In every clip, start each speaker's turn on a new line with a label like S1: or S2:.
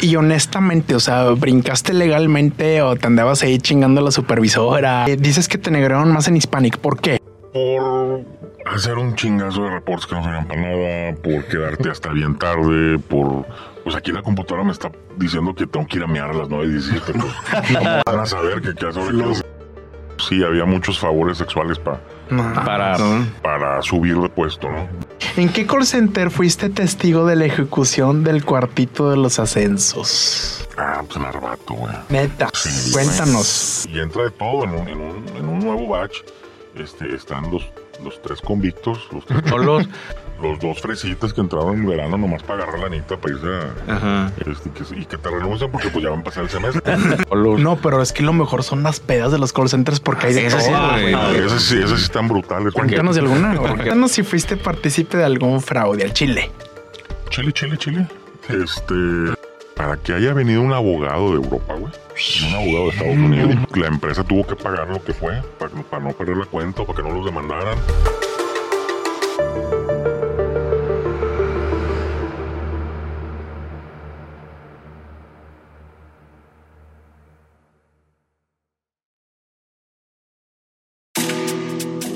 S1: Y honestamente, o sea, brincaste legalmente o te andabas ahí chingando a la supervisora. Eh, dices que te negaron más en Hispanic. ¿Por qué?
S2: Por hacer un chingazo de reportes que no servían para nada, por quedarte hasta bien tarde, por. Pues aquí la computadora me está diciendo que tengo que ir a mear a las 9 y 17. Pues, ¿cómo van a saber que qué hace ahora? Sí, había muchos favores sexuales para,
S3: Para.
S4: Ah.
S2: para subir de puesto, ¿no?
S1: ¿En qué call center fuiste testigo de la ejecución del cuartito de los ascensos?
S2: Ah, pues el arbato, güey.
S1: Neta,
S2: Sí,
S1: cuéntanos.
S2: Y entra de todo en un, en un, en un nuevo batch. Este, están los, los tres convictos, los, tres-
S3: Solos.
S2: los dos fresitas que entraron en verano nomás para agarrar la anita para irse a-
S3: Ajá.
S2: este, que- y que te renuncian porque pues ya van a pasar el semestre.
S3: Solos.
S1: No, pero es que lo mejor son las pedas de los call centers porque hay de
S3: Eso sí,
S1: todo,
S3: güey.
S1: güey.
S2: Ah, esas, sí- esas sí están brutales.
S1: Cuéntanos de alguna. güey. Cuéntanos si fuiste partícipe de algún fraude al Chile.
S2: Chile, Chile, Chile. Este. Para que haya venido un abogado de Europa, güey. y Un abogado de Estados Unidos. La empresa tuvo que pagar lo que fue para, no- para no perder la cuenta, para que no los demandaran.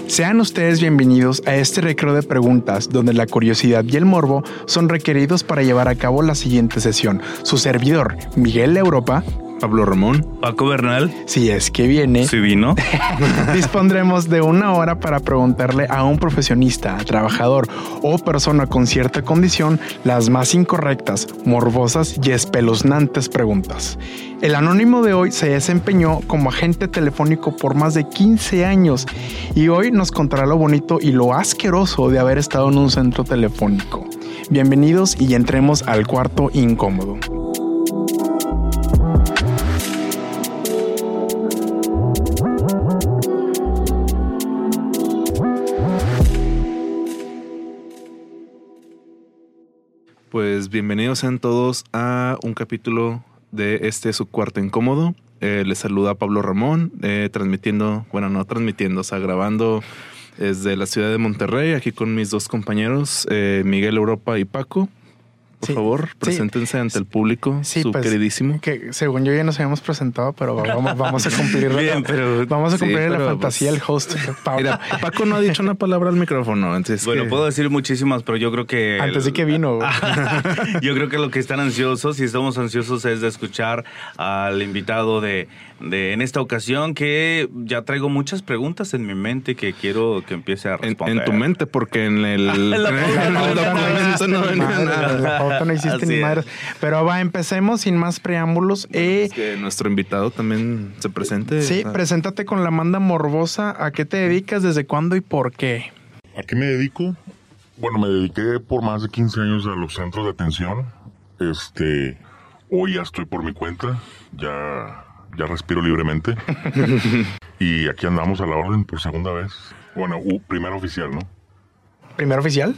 S1: Sean ustedes bienvenidos a este recreo de preguntas donde la curiosidad y el morbo son requeridos para llevar a cabo la siguiente sesión. Su servidor, Miguel Europa,
S4: Pablo Ramón,
S5: Paco Bernal,
S1: si es que viene,
S5: si vino.
S1: Dispondremos de una hora para preguntarle a un profesionista, trabajador o persona con cierta condición las más incorrectas, morbosas y espeluznantes preguntas. El anónimo de hoy se desempeñó como agente telefónico por más de 15 años y hoy nos contará lo bonito y lo asqueroso de haber estado en un centro telefónico. Bienvenidos y entremos al cuarto incómodo.
S4: pues bienvenidos sean todos a un capítulo de este su cuarto incómodo. Eh, les saluda Pablo Ramón, eh, transmitiendo, bueno, no transmitiendo, o sea, grabando desde la ciudad de Monterrey, aquí con mis dos compañeros, eh, Miguel Europa y Paco. Por
S1: Sí,
S4: favor, preséntense ante el público,
S1: Sí,
S4: su
S1: pues,
S4: queridísimo.
S1: Que según yo ya nos habíamos presentado, pero vamos, vamos a cumplir la-
S5: Bien, pero-
S1: Pues vamos a
S4: sí,
S1: cumplir la
S4: pero,
S1: fantasía del
S4: pues,
S1: host. Pablo,
S4: Mira, Paco no ha dicho una palabra al micrófono, entonces.
S5: Bueno,
S4: que-
S5: puedo decir muchísimas, pero yo creo que...
S1: antes de que vino, güey.
S4: Ah,
S5: Yo creo que lo que están ansiosos y estamos ansiosos es de escuchar al invitado de, de en esta ocasión que ya traigo muchas preguntas en mi mente que quiero que empiece a
S4: En,
S5: responder.
S4: en tu mente, porque en el,
S5: la pauta
S4: en
S5: no
S4: el
S5: venía
S4: documento no venía
S1: Madre,
S4: nada.
S1: güey, la pauta no hiciste
S5: Así
S1: ni
S5: es.
S1: madres. Pero va, empecemos sin más preámbulos. Eh,
S4: Es que nuestro invitado también se presente.
S1: sí,
S4: o sea,
S1: preséntate con la manda morbosa. ¿A qué te dedicas? ¿Desde cuándo y por qué?
S2: ¿A qué me dedico? Bueno, me dediqué por más de 15 años a los centros de atención. Este, hoy ya estoy por mi cuenta, ya, ya respiro libremente. y aquí andamos a la orden por segunda vez. Bueno, u- primero oficial, ¿no?
S1: ¿Primer oficial?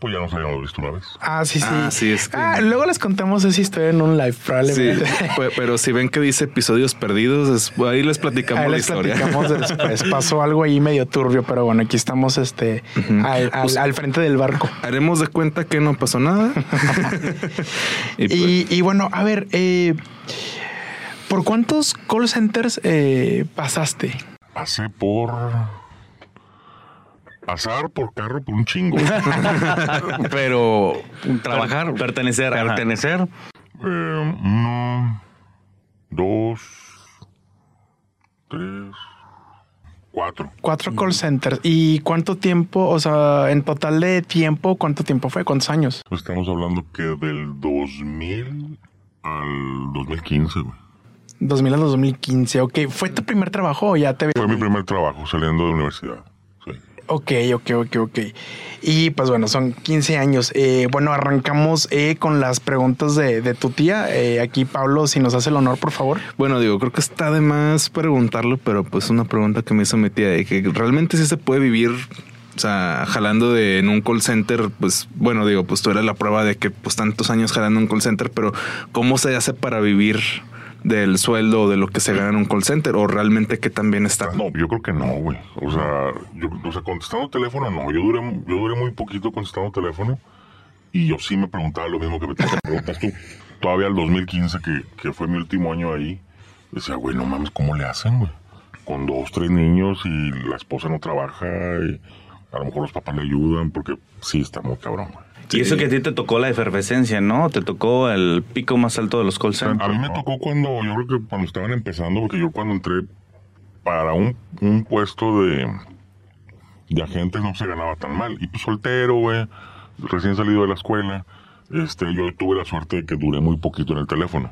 S2: Pues ya nos habíamos visto una vez.
S1: Ah, sí, sí.
S4: Ah, sí, es que-
S1: Ah, luego les contamos esa historia en un live,
S4: sí,
S1: probablemente.
S4: pe- pero si ven que dice episodios perdidos, es- ahí les platicamos
S1: Ahí
S4: la
S1: les
S4: historia.
S1: platicamos después. Pasó algo ahí medio turbio, pero bueno, aquí estamos este al, al- al frente del barco.
S4: Haremos de cuenta que no pasó nada. y, pues,
S1: Y, y bueno, a ver, eh, ¿por cuántos call centers eh, pasaste?
S2: Pasé por... Pasar por carro por un chingo.
S4: pues, pero
S5: Trabajar, pertenecer. ajá.
S4: pertenecer.
S2: Eh, uno, dos, tres, cuatro.
S1: Cuatro
S4: Mm.
S1: call centers. ¿Y cuánto tiempo? O sea, en total de tiempo, ¿cuánto tiempo fue? ¿Cuántos años?
S2: Pues Estamos hablando que del 2000 al 2015, güey.
S1: 2000 a 2015. Ok, ¿fue tu primer trabajo o ya te...
S2: Fue mi primer trabajo saliendo de la universidad. Sí.
S1: Ok, ok, ok, ok. Y pues bueno, son 15 años. Eh, bueno, arrancamos eh, con las preguntas de, de tu tía. Eh, aquí, Pablo, si nos hace el honor, por favor.
S4: Bueno, digo, creo que está de más preguntarlo, pero pues una pregunta que me hizo mi tía de que realmente sí se puede vivir, o sea, jalando de, en un call center, pues bueno, digo, pues tú eres la prueba de que pues tantos años jalando en un call center, pero ¿cómo se hace para vivir del sueldo o de lo que se gana en un call center? ¿O realmente que también está?
S2: Ah, No, yo creo que no, güey. O sea, yo, o sea, contestando teléfono, no. Yo duré, yo duré muy poquito contestando teléfono y yo sí me preguntaba lo mismo que me te preguntas tú. todavía el 2015, que, que fue mi último año ahí, decía, güey, no mames, ¿cómo le hacen, güey? Con dos, tres niños y la esposa no trabaja y a lo mejor los papás le ayudan porque sí, está muy cabrón, güey.
S5: Y eso que a ti te tocó la efervescencia, ¿no? Te tocó el pico más alto de los call centers.
S2: A mí me
S5: ¿no?
S2: tocó cuando, yo creo que cuando estaban empezando, porque yo cuando entré para un, un puesto de, de agentes no se ganaba tan mal. Y pues soltero, güey, recién salido de la escuela, este, yo tuve la suerte de que duré muy poquito en el teléfono.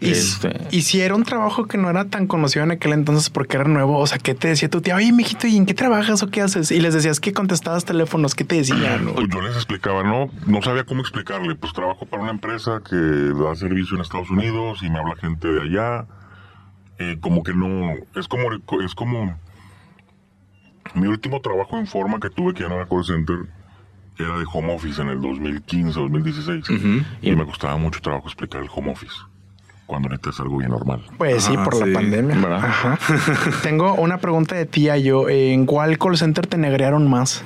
S1: Y,
S5: Este.
S1: y si era un trabajo que no era tan conocido en aquel entonces porque era nuevo, o sea, ¿qué te decía tu tía? Oye, mijito, ¿y en qué trabajas o qué haces? Y les decías que contestabas teléfonos, ¿qué te decían?
S2: Pues yo les explicaba, no, no sabía cómo explicarle. Pues trabajo para una empresa que da servicio en Estados Unidos y me habla gente de allá. Eh, como que no, es como, es como mi último trabajo en forma que tuve que ir a call center era de home office en el 2015, 2016. Y me costaba mucho trabajo explicar el home office cuando neta es algo bien normal.
S1: Pues sí,
S4: Ajá,
S1: por
S4: Ah, sí,
S1: la pandemia.
S4: ¿verdad?
S1: Ajá. Tengo una pregunta de tía yo. ¿En cuál call center te negrearon más?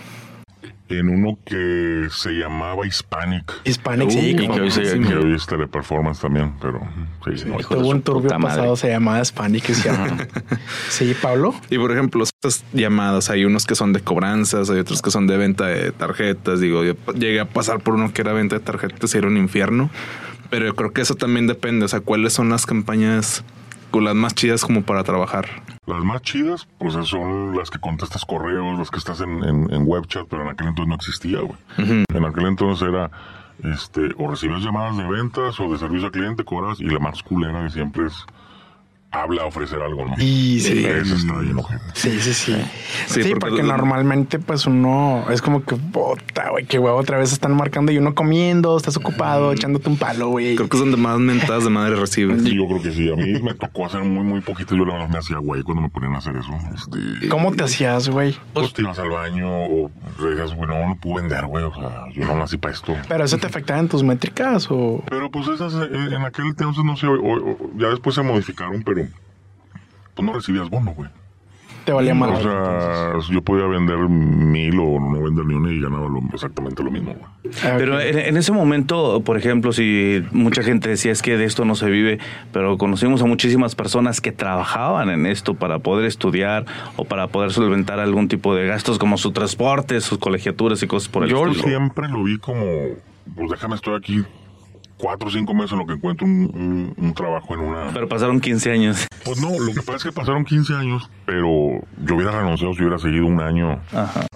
S2: En uno que se llamaba Hispanic,
S1: Hispanic, sí.
S3: Uh,
S1: como-
S3: y que hoy se-
S2: que
S3: que-
S2: hoy es Teleperformance también, pero sí, no,
S3: hijo de
S1: Tuvo
S3: su
S1: un turbio
S3: puta madre.
S1: pasado, se llamaba Hispanic. y se llama- sí, Pablo.
S4: Y por ejemplo, estas llamadas, hay unos que son de cobranzas, hay otros que son de venta de tarjetas. Digo, yo pa- llegué a pasar por uno que era venta de tarjetas y era un infierno. Pero yo creo que eso también depende. O sea, cuáles son las campañas con las más chidas como para trabajar.
S2: Las más chidas, pues son las que contestas correos, las que estás en, en, en web chat, pero en aquel entonces no existía, güey. En aquel entonces era, este, o recibías llamadas de ventas o de servicio al cliente, cobras, y la más culera de siempre es, habla a ofrecer algo, ¿no?
S1: Y sí.
S2: Eso está bien, ojete.
S1: Sí, sí, sí. Eh, Sí,
S4: Sí,
S1: porque,
S4: porque lo-
S1: normalmente, pues uno es como que bota, güey, qué huevo, otra vez están marcando y uno comiendo, estás ocupado, echándote un palo, güey.
S4: Creo que es donde más mentadas de madre recibes.
S2: Sí, yo creo que sí. A mí me tocó hacer muy, muy poquito. Yo la verdad me hacía güey cuando me ponían a hacer eso. Este,
S1: ¿Cómo te hacías, güey?
S2: pues te ibas al baño o decías, güey, no, no puedo vender, güey. O sea, yo no nací para esto.
S1: ¿Pero eso te afectaba en tus métricas o...?
S2: Pero pues esas eh, en aquel entonces no sé, o- o- ya después se modificaron, pero pues no recibías bono, güey.
S1: Te valía
S2: O
S1: más.
S2: sea, yo podía vender mil o no vender ni una y ganaba lo- exactamente lo mismo, güey.
S5: Pero en, en ese momento, por ejemplo, si mucha gente decía es que de esto no se vive, pero conocimos a muchísimas personas que trabajaban en esto para poder estudiar o para poder solventar algún tipo de gastos como su transporte, sus colegiaturas y cosas por el
S2: Yo em-
S5: estilo.
S2: siempre lo vi como, pues déjame, estoy aquí cuatro o cinco meses en lo que encuentro un, un- un trabajo en una...
S5: Pero pasaron 15 años.
S2: Pues no, lo que pasa es que pasaron 15 años, pero yo hubiera renunciado si hubiera seguido un año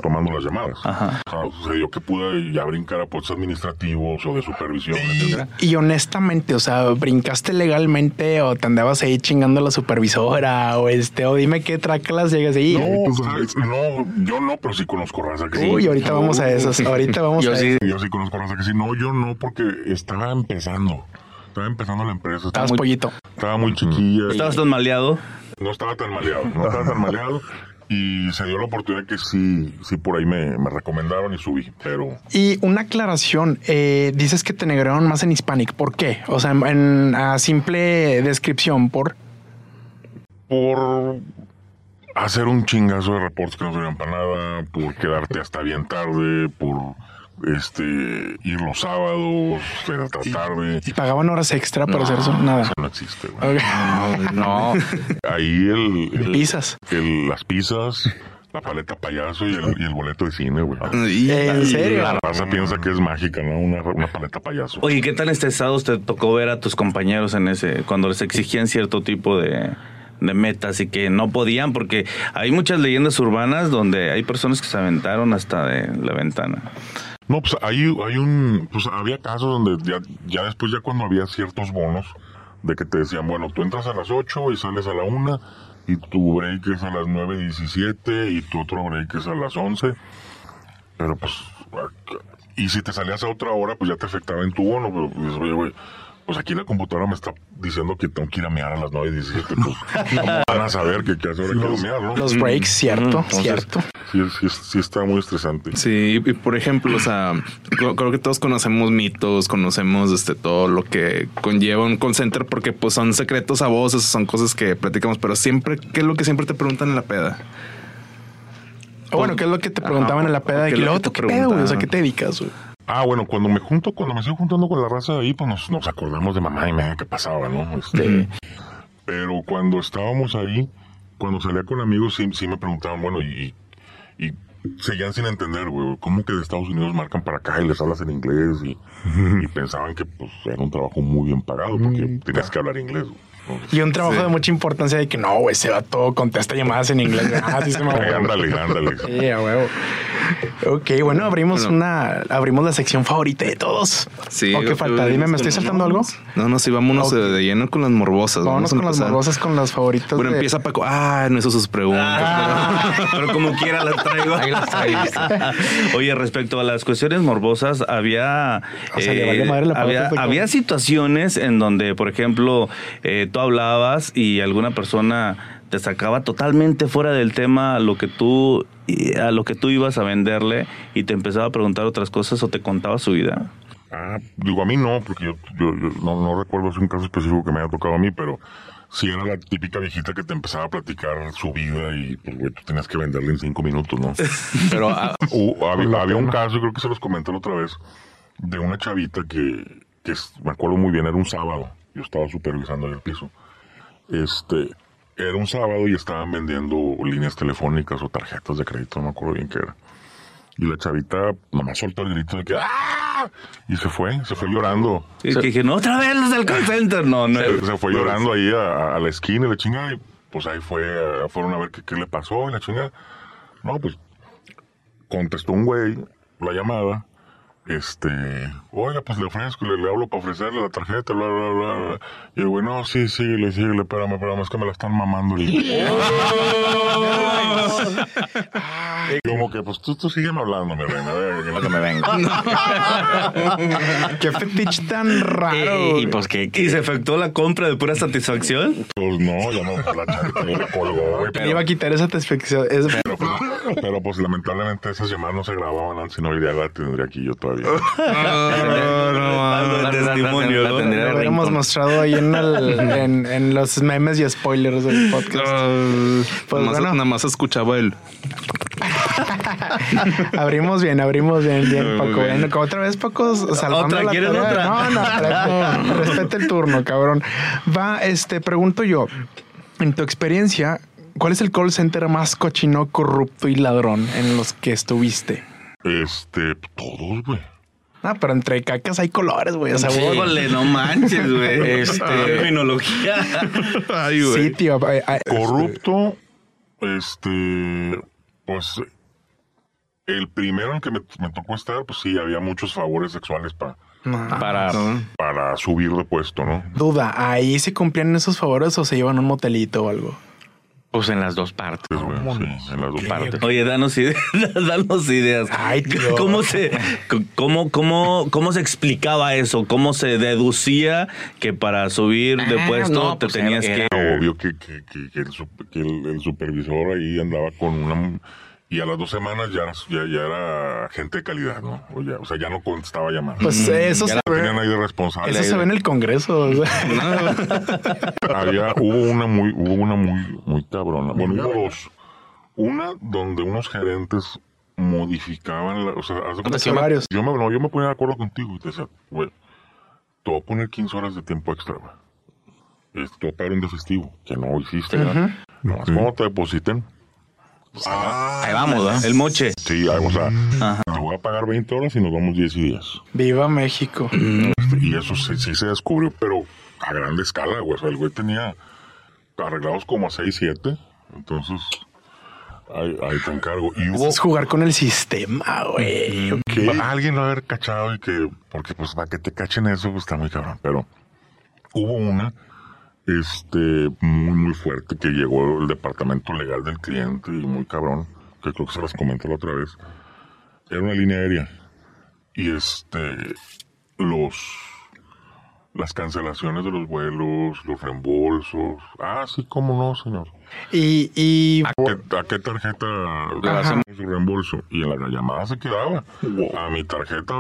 S2: tomando las llamadas.
S5: Ajá.
S2: O sea, sucedió que pude ya brincar a puestos administrativos o de supervisión,
S1: Y,
S2: etcétera.
S1: y honestamente, o sea, ¿brincaste legalmente o te andabas ahí chingando a la supervisora o este, o dime qué trácalas llegas ahí?
S2: No, o sea, es- no, yo no, pero sí conozco raza que sí.
S1: Uy, ahorita vamos a esas, ahorita vamos
S3: Yo
S1: a
S3: sí,
S1: esas.
S2: Yo sí conozco raza que sí. No, yo no, porque estaba empezando. Estaba empezando la empresa. Estaba,
S1: Estabas
S2: muy,
S1: pollito.
S2: estaba muy chiquilla. y
S5: Estabas tan maleado.
S2: No estaba tan maleado. No estaba tan maleado. Y se dio la oportunidad que sí, sí, por ahí me, me recomendaron y subí. Pero
S1: Y una aclaración, eh, dices que te negrearon más en Hispanic, ¿por qué? O sea, en, en- a simple descripción, por...
S2: por hacer un chingazo de reportes que no servían para nada, por quedarte hasta bien tarde, por este ir los sábados, pero hasta tarde.
S1: Y pagaban horas extra para hacer eso, nada.
S2: Eso no existe, güey.
S1: Ok.
S3: No,
S2: Ahí el, el-
S1: Pisas.
S2: el- las pizzas, la paleta payaso y el, y el boleto de cine, güey.
S4: Y-
S1: Eh, ¿En serio?
S2: La raza piensa que es mágica, ¿no? Una, una paleta payaso.
S5: Oye, ¿qué tan estresados te tocó ver a tus compañeros en ese, cuando les exigían cierto tipo de, de metas y que no podían? Porque hay muchas leyendas urbanas donde hay personas que se aventaron hasta de la ventana.
S2: No, pues ahí hay un... Pues había casos donde ya, ya después, ya cuando había ciertos bonos, de que te decían, bueno, tú entras a las 8 y sales a la 1, y tu break es a las 9 y 17, y tu otro break es a las 11. Pero pues... Y si te salías a otra hora, pues ya te afectaba en tu bono. Pero pues, oye, güey, pues aquí la computadora me está diciendo que tengo que ir a mear a las 9 y 17. Pues, ¿cómo van a saber que qué hace ahora quiero mear, no?
S1: Los breaks, cierto,
S2: Entonces,
S1: cierto.
S2: Sí, sí, sí está muy estresante.
S4: Sí, y por ejemplo, o sea, creo creo que todos conocemos mitos, conocemos este todo lo que conlleva un call center porque pues son secretos a voces, son cosas que platicamos, pero siempre, ¿qué es lo que siempre te preguntan en la peda?
S1: O bueno, ¿qué es lo que te preguntaban en la peda? De
S4: ¿qué es
S1: que
S4: lo
S1: luego
S4: que
S1: tú
S4: te
S1: qué pedo, güey? O sea,
S4: preguntaban?
S1: ¿qué te dedicas, güey?
S2: Ah, bueno, cuando me junto, cuando me estoy juntando con la raza de ahí, pues nos, nos acordamos de mamá y media que pasaba, ¿no? Este, pero cuando estábamos ahí, cuando salía con amigos, sí, sí me preguntaban, bueno, y, y seguían sin entender, güey, cómo que de Estados Unidos marcan para acá y les hablas en inglés y, y pensaban que pues era un trabajo muy bien pagado porque tenías que hablar inglés, güey. Entonces,
S1: Y un trabajo de mucha importancia de que no, güey, se va todo, contesta llamadas en inglés. güey. Ah, sí se me
S2: eh,
S1: va.
S2: ándale, ándale.
S1: Sí, a huevo. Ok, bueno, abrimos
S4: Bueno.
S1: una, abrimos la sección favorita de todos.
S4: Sí,
S1: ¿O qué
S4: yo-
S1: falta?
S4: yo-
S1: Dime, ¿me estoy
S4: yo-
S1: saltando algo?
S4: No, no, sí, vámonos
S1: Ok.
S4: eh, de lleno con las morbosas.
S1: Vámonos
S4: Vamos a
S1: con las
S4: empezar.
S1: morbosas, con las favoritas.
S4: Bueno,
S1: de-
S4: empieza Paco. Ah, no, eso sus preguntas.
S2: Ah.
S5: Pero como quiera las traigo. Oye, respecto a las cuestiones morbosas, había eh,
S1: O sea, le valió madre la pauta
S5: había,
S1: hasta que-
S5: había situaciones en donde, por ejemplo, eh, tú hablabas y alguna persona te sacaba totalmente fuera del tema lo que tú y- a lo que tú ibas a venderle y te empezaba a preguntar otras cosas o te contaba su vida.
S2: Ah, digo, a mí no, porque yo, yo- yo no, no recuerdo si un caso específico que me haya tocado a mí, pero sí era la típica viejita que te empezaba a platicar su vida y pues, güey, tú tenías que venderle en cinco minutos, ¿no?
S4: Pero ah,
S2: Hubo- había, había un caso, creo que se los comenté la otra vez, de una chavita que, que es- me acuerdo muy bien, era un sábado. Yo estaba supervisando ahí el piso. Este, era un sábado y estaban vendiendo líneas telefónicas o tarjetas de crédito, no me acuerdo bien qué era. Y la chavita nomás soltó el grito de que ¡Ah! Y se fue, se fue llorando.
S5: Y que dije, no, otra vez los del call center. No, no.
S2: Se, se fue llorando ahí a, a la esquina y la chingada. Y pues ahí fue, eh, fueron a ver qué, qué le pasó y la chingada. No, pues contestó un güey la llamada. Este, oiga, pues le ofrezco, le, le hablo para ofrecerle la tarjeta, bla, bla, bla. bla. Y el güey, no, sí, síguele, síguele, espérame, espérame, es que me la están mamando. Y como que, pues tú, tú sígueme hablando, mi reina, ve, que no te me venga.
S1: Qué fetiche tan raro.
S3: Y, y, pues que,
S5: ¿Y se efectuó la compra de pura satisfacción?
S2: Pues no, ya no, la chavita ya la colgó, güey,
S1: Te iba a quitar esa satisfacción. Es-
S2: Pero pues, pero, pues, lamentablemente esas llamadas no se grababan, si no el día la tendría aquí yo todavía.
S4: no, no,
S5: Algo de
S3: la- la- la-
S5: testimonio,
S3: la- la-
S5: ¿no?
S3: tendría
S1: lo hubiéramos
S3: rincón.
S1: mostrado ahí en, el- en- en los memes y spoilers del podcast. Pues
S4: nada, más,
S1: bueno.
S4: nada más escuchaba el.
S1: Abrimos bien, abrimos bien, bien,
S4: Muy
S1: Paco.
S4: bien.
S1: Bueno, que otra vez, Paco, salvando
S5: ¿Otra?
S1: la
S5: ¿Quieres
S1: tarea.
S5: otra?
S1: No, no, espérate. respeta el turno, cabrón. Va, este, pregunto yo, en tu experiencia, ¿cuál es el call center más cochino, corrupto y ladrón en los que estuviste?
S2: Este, todos, güey.
S1: Ah, pero entre cacas hay colores, güey. O sea,
S3: Sí.
S1: hubo
S5: Híjole, no manches, güey.
S1: Ah,
S5: Este. Terminología.
S4: Ay, güey.
S1: sitio. eh, eh,
S2: Corrupto, este, pues el primero en que me, me tocó estar, pues sí, había muchos favores sexuales pa-
S1: no.
S3: para
S4: No.
S2: para subir de puesto, ¿no?
S1: ah, Duda, ¿ahí se cumplían esos favores o se llevan un motelito o algo?
S3: pues en las dos partes.
S2: Pues, güey, sí, en las dos partes.
S5: Oye, danos ideas. danos ideas.
S1: Ay, tío.
S5: ¿Cómo se, c- cómo, cómo, cómo se explicaba eso? ¿Cómo se deducía que para subir de
S3: Ah,
S5: puesto
S3: no,
S5: te
S3: pues
S5: tenías
S3: era-
S5: que.
S2: Obvio que, que- que- que el, sup- que el- el supervisor ahí andaba con una... Y a las dos semanas ya, ya, ya era gente de calidad, ¿no? O, ya- o sea, ya no contestaba llamadas.
S1: Pues eso, se
S2: Lo
S1: ve,
S2: tenían ahí de responsable.
S1: eso se ve en el Congreso. o sea.
S2: Había, hubo una muy, hubo una muy, muy cabrona. Bueno, hubo dos. Una donde unos gerentes modificaban la, o sea, haz de cuenta que yo me-
S1: horarios.
S2: Yo me, no, yo me ponía de acuerdo contigo y te decía, güey, te voy a poner 15 horas de tiempo extra, güey. Es- Te voy a pagar un día festivo, que no hiciste, ¿verdad? Nomás cuando te depositen,
S3: Ahí vamos, ¿verdad?
S5: El moche.
S2: sí, o sea, te voy a pagar 20 horas y nos vamos 10 días.
S1: Viva México.
S2: Y eso sí, sí se descubrió, pero a grande escala, güey. O sea, el güey tenía arreglados como a 6, 7. Entonces, ahí, ahí te encargo. Y hubo
S1: Es jugar con el sistema, güey.
S2: que alguien lo haber cachado y que, porque pues para que te cachen eso, pues está muy cabrón. Pero hubo una, este, muy, muy fuerte que llegó el departamento legal del cliente y muy cabrón, que creo que se las comenté la otra vez. Era una línea aérea. Y este, los, las cancelaciones de los vuelos, los reembolsos. Ah, sí, cómo no, señor.
S1: Y, y
S2: ¿Qué- ¿A qué tarjeta le hacemos su reembolso? Y en la llamada se quedaba. A mi tarjeta.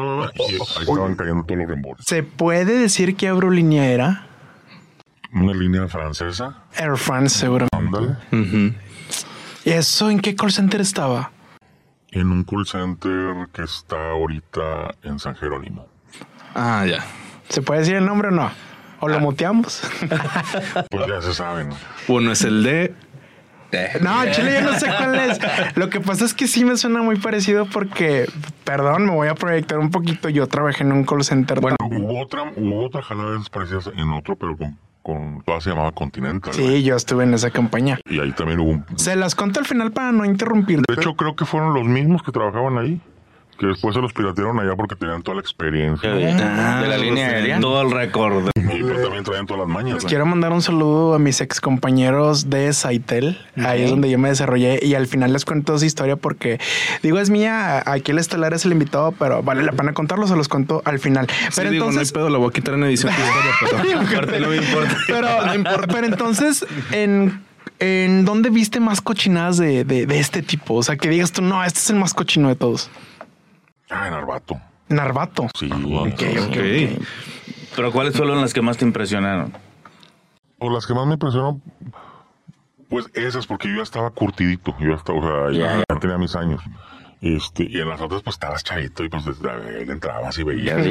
S2: Y ahí estaban cayendo todos los reembolsos.
S1: se puede decir que aerolínea era
S2: Una línea francesa.
S1: Air France, seguramente.
S2: Ándale.
S1: ¿Y eso en qué call center estaba?
S2: en un call center que está ahorita en San Jerónimo.
S4: Ah, ya.
S1: ¿Se puede decir el nombre o no? ¿O lo muteamos?
S2: Pues ya se saben.
S4: Bueno, es el de.
S1: No, chile, yo no sé cuál es. Lo que pasa es que sí me suena muy parecido porque, perdón, me voy a proyectar un poquito. Yo trabajé en un call center.
S2: Bueno, hubo otra, hubo otra jalada de esas parecidas en otro, pero con, con todas se llamaba Continental. güey.
S1: Sí, yo estuve en esa campaña.
S2: Y ahí también hubo un...
S1: Se las conto al final para no interrumpir.
S2: De hecho, creo que fueron los mismos que trabajaban ahí, que después se los piratearon allá porque tenían toda la experiencia.
S3: Ah, de la línea aérea.
S5: Todo Ah, pues el récord.
S2: Y pues también traían todas las mañas.
S1: Les quiero mandar un saludo a mis ex compañeros de Saitel. Ahí es donde yo me desarrollé y al final les cuento esa historia porque digo, es mía. Aquí el estelar es el invitado, pero vale la pena contarlo. Se los cuento al final. Pero
S4: Sí, digo,
S1: entonces,
S4: no hay pedo, la voy a quitar en edición. tu historia, pero-
S5: no me importa.
S1: pero, pero entonces, ¿en, en dónde viste más cochinadas de, de- de este tipo? O sea, que digas tú, no, este es el más cochino de todos.
S2: Ah, en Arbato.
S1: Narvato.
S2: Sí.
S4: ok.
S5: Pero ¿cuáles fueron las que más te impresionaron?
S2: O las que más me impresionaron, pues esas, porque yo ya estaba curtidito. Yo ya estaba, o sea, ya, ya tenía mis años. Este, y en las otras, pues estabas chavito y pues desde ahí le entrabas y veías. y-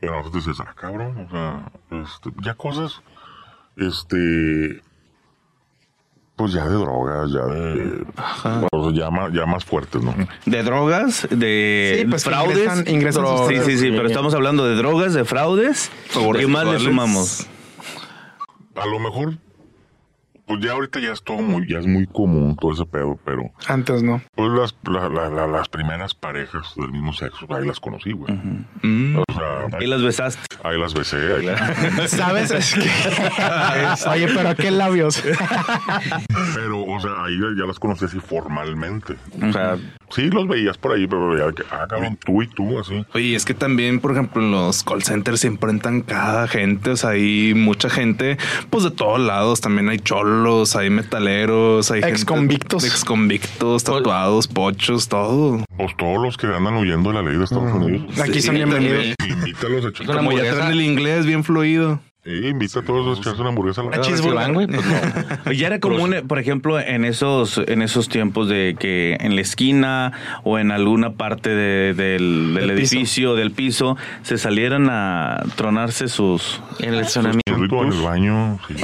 S2: Y en las otras dices, ah, cabrón, o sea, este, ya cosas, este, pues ya de drogas, ya de. o sea, ya, más, ya más fuertes, ¿no?
S5: De drogas, de
S1: Sí, pues que
S5: fraudes.
S1: ingresan- ingresan sus
S5: sí,
S1: drogas.
S5: sí, sí, pero estamos hablando de drogas, de fraudes.
S4: Favores
S5: ¿Qué más le
S4: sexuales.
S5: sumamos?
S2: A lo mejor, pues ya ahorita ya es todo muy, ya es muy común todo ese pedo, pero.
S1: Antes no.
S2: Pues las, la- la- la- las primeras parejas del mismo sexo, ahí las conocí, güey.
S4: Mm.
S2: O sea,
S5: Y las besaste.
S2: ahí las besé. ahí-
S1: ¿Sabes? Es que- Oye, pero qué labios.
S2: Pero, o sea, ahí ya las conocí así formalmente.
S5: O sea,
S2: Sí, los veías por ahí, pero ya que, ah, cabrón, tú y tú, así.
S4: Oye, es que también, por ejemplo, en los call centers se enfrentan cada gente, o sea, hay mucha gente, pues de todos lados, también hay cholos, hay metaleros, hay gente-
S1: Exconvictos.
S3: Pues-
S4: exconvictos, tatuados, pochos, todo.
S2: Pues todos los que andan huyendo de la ley de Estados Unidos.
S1: Aquí son bienvenidos.
S2: Invítalos a echar.
S3: Una
S4: Como ya
S3: hamburguesa.
S4: traen el inglés bien fluido.
S2: Sí, invita a todos a echarse una hamburguesa a la
S1: Ah, chis-
S3: ¿Sí van, güey? Pues no.
S5: Ya era común, eh, por ejemplo, en esos, en esos tiempos de que en la esquina o en alguna parte de- del, del
S1: Del piso.
S5: edificio, del piso, se salieran a tronarse sus...
S3: En el tsunami.
S2: Churrito en el baño. sí.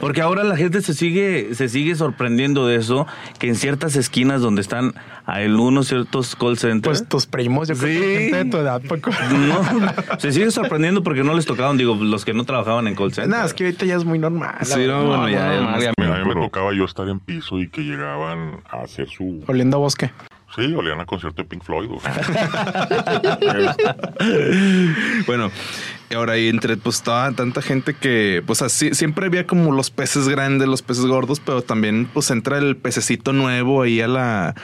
S5: Porque ahora la gente se sigue, se sigue sorprendiendo de eso, que en ciertas esquinas donde están algunos ciertos call centers...
S1: Pues tus primos, yo creo que
S5: Sí.
S1: gente de tu edad, poco.
S5: no, se sigue sorprendiendo porque no les tocaban, digo, los que no trabajaban en call center.
S1: Nada, es que ahorita ya es muy normal. la
S4: Sí,
S1: verdad.
S4: no, bueno, ya, ya más-
S2: Mira, a mí me tocaba yo estar en piso y que llegaban a hacer su
S1: Oliendo a bosque.
S2: Sí, olían a concierto de Pink Floyd. güey.
S4: Bueno, y ahora ahí entre pues toda tanta gente que pues así siempre había como los peces grandes, los peces gordos, pero también pues entra el pececito nuevo ahí a la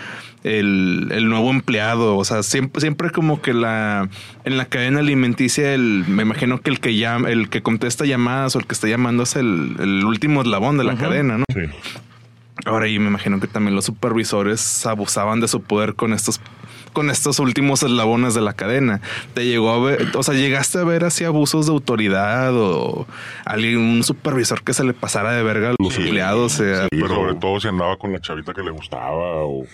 S4: el, el nuevo empleado, o sea, siempre siempre como que la en la cadena alimenticia el me imagino que el que llama, el que contesta llamadas o el que está llamando es el, el último eslabón de la cadena, ¿no?
S2: Sí.
S4: Ahora ahí me imagino que también los supervisores abusaban de su poder con estos con estos últimos eslabones de la cadena. Te llegó a ver, o sea, llegaste a ver así abusos de autoridad o alguien un supervisor que se le pasara de verga a los
S2: Sí.
S4: empleados, o sea,
S2: Sí,
S4: pero-
S2: sobre todo si andaba con la chavita que le gustaba o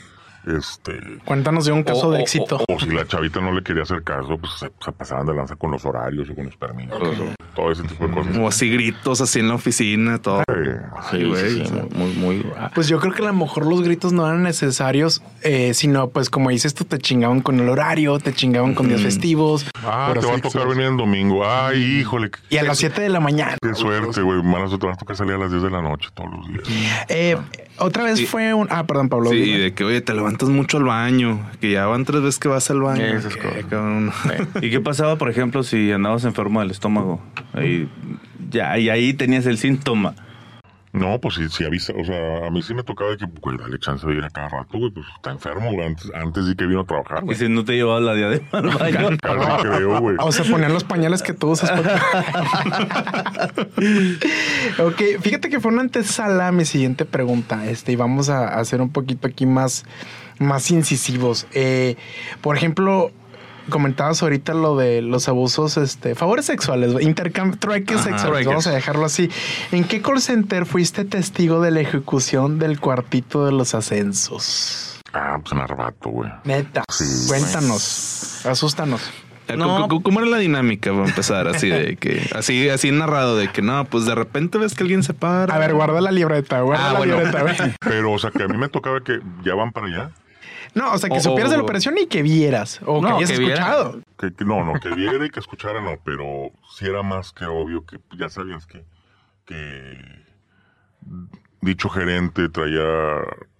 S2: este
S1: Cuéntanos de un caso
S4: Oh,
S3: O-
S1: de
S3: o-
S1: éxito.
S2: o si la chavita no le quería hacer caso, pues se, se pasaban de lanza con los horarios y con los permisos, o todo ese tipo de cosas.
S4: o así gritos así en la oficina, todo.
S2: Eh,
S3: Sí, güey. sí, Muy, muy. muy-
S4: oh.
S1: Pues yo creo que a lo mejor los gritos no eran necesarios, eh, sino pues como dices tú, te chingaban con el horario, te chingaban con
S4: Mm.
S1: días festivos.
S2: Ah,
S1: Pero
S2: te va
S1: sí,
S2: a tocar
S1: sí.
S2: venir el domingo. Ay, híjole, qué,
S1: Y a las 7 de la mañana.
S2: qué suerte, güey. Malas te va a tocar salir a las 10 de la noche todos los días.
S1: Eh, otra vez fue un... Ah, perdón, Pablo.
S4: Sí,
S1: dime.
S4: de que oye, te levantas mucho al baño, que ya van tres veces que vas al baño.
S3: Esas
S4: que,
S3: cosas.
S4: cabrón.
S5: ¿Y qué pasaba, por ejemplo, si andabas enfermo del estómago? Ahí, ya, y ahí tenías el síntoma.
S1: Ah,
S2: No, pues sí, sí avisa. O sea, a mí sí me tocaba de que, güey, dale chance de ir a cada rato, güey. Pues está enfermo, güey. Antes, antes sí que vino a trabajar,
S5: Y
S2: güey.
S5: si no te llevabas la diadema al baño.
S2: Casi creo, güey.
S1: Ah, O se ponían los pañales que tú usas. porque- ok, fíjate que fue una antesala a mi siguiente pregunta. Este, y vamos a, a ser un poquito aquí más, más incisivos. Eh, por ejemplo, comentabas ahorita lo de los abusos, este, favores sexuales, intercambio, trueques
S4: Ajá,
S1: sexuales. Vamos
S4: trueques.
S1: a dejarlo así. ¿En qué call center fuiste testigo de la ejecución del cuartito de los ascensos?
S2: Ah, pues Narvato, güey.
S1: Neta.
S2: Sí,
S1: Cuéntanos. Asústanos.
S4: ¿Cómo- ¿Cómo, cómo era la dinámica para empezar? Así de que, así, así narrado de que no, pues de repente ves que alguien se para.
S1: A ver, guarda la libreta, guarda
S4: Ah,
S1: la
S4: bueno.
S1: libreta, güey.
S2: Pero, o sea, que a mí me tocaba que ya van para allá.
S1: No, o sea, que
S4: O-
S1: supieras de la
S4: o-
S1: operación y que vieras. O que
S3: No,
S1: hayas
S3: que viera.
S1: escuchado.
S2: Que, que no, no, que viera y que escuchara, no, pero sí era más que obvio que ya sabías que, que dicho gerente traía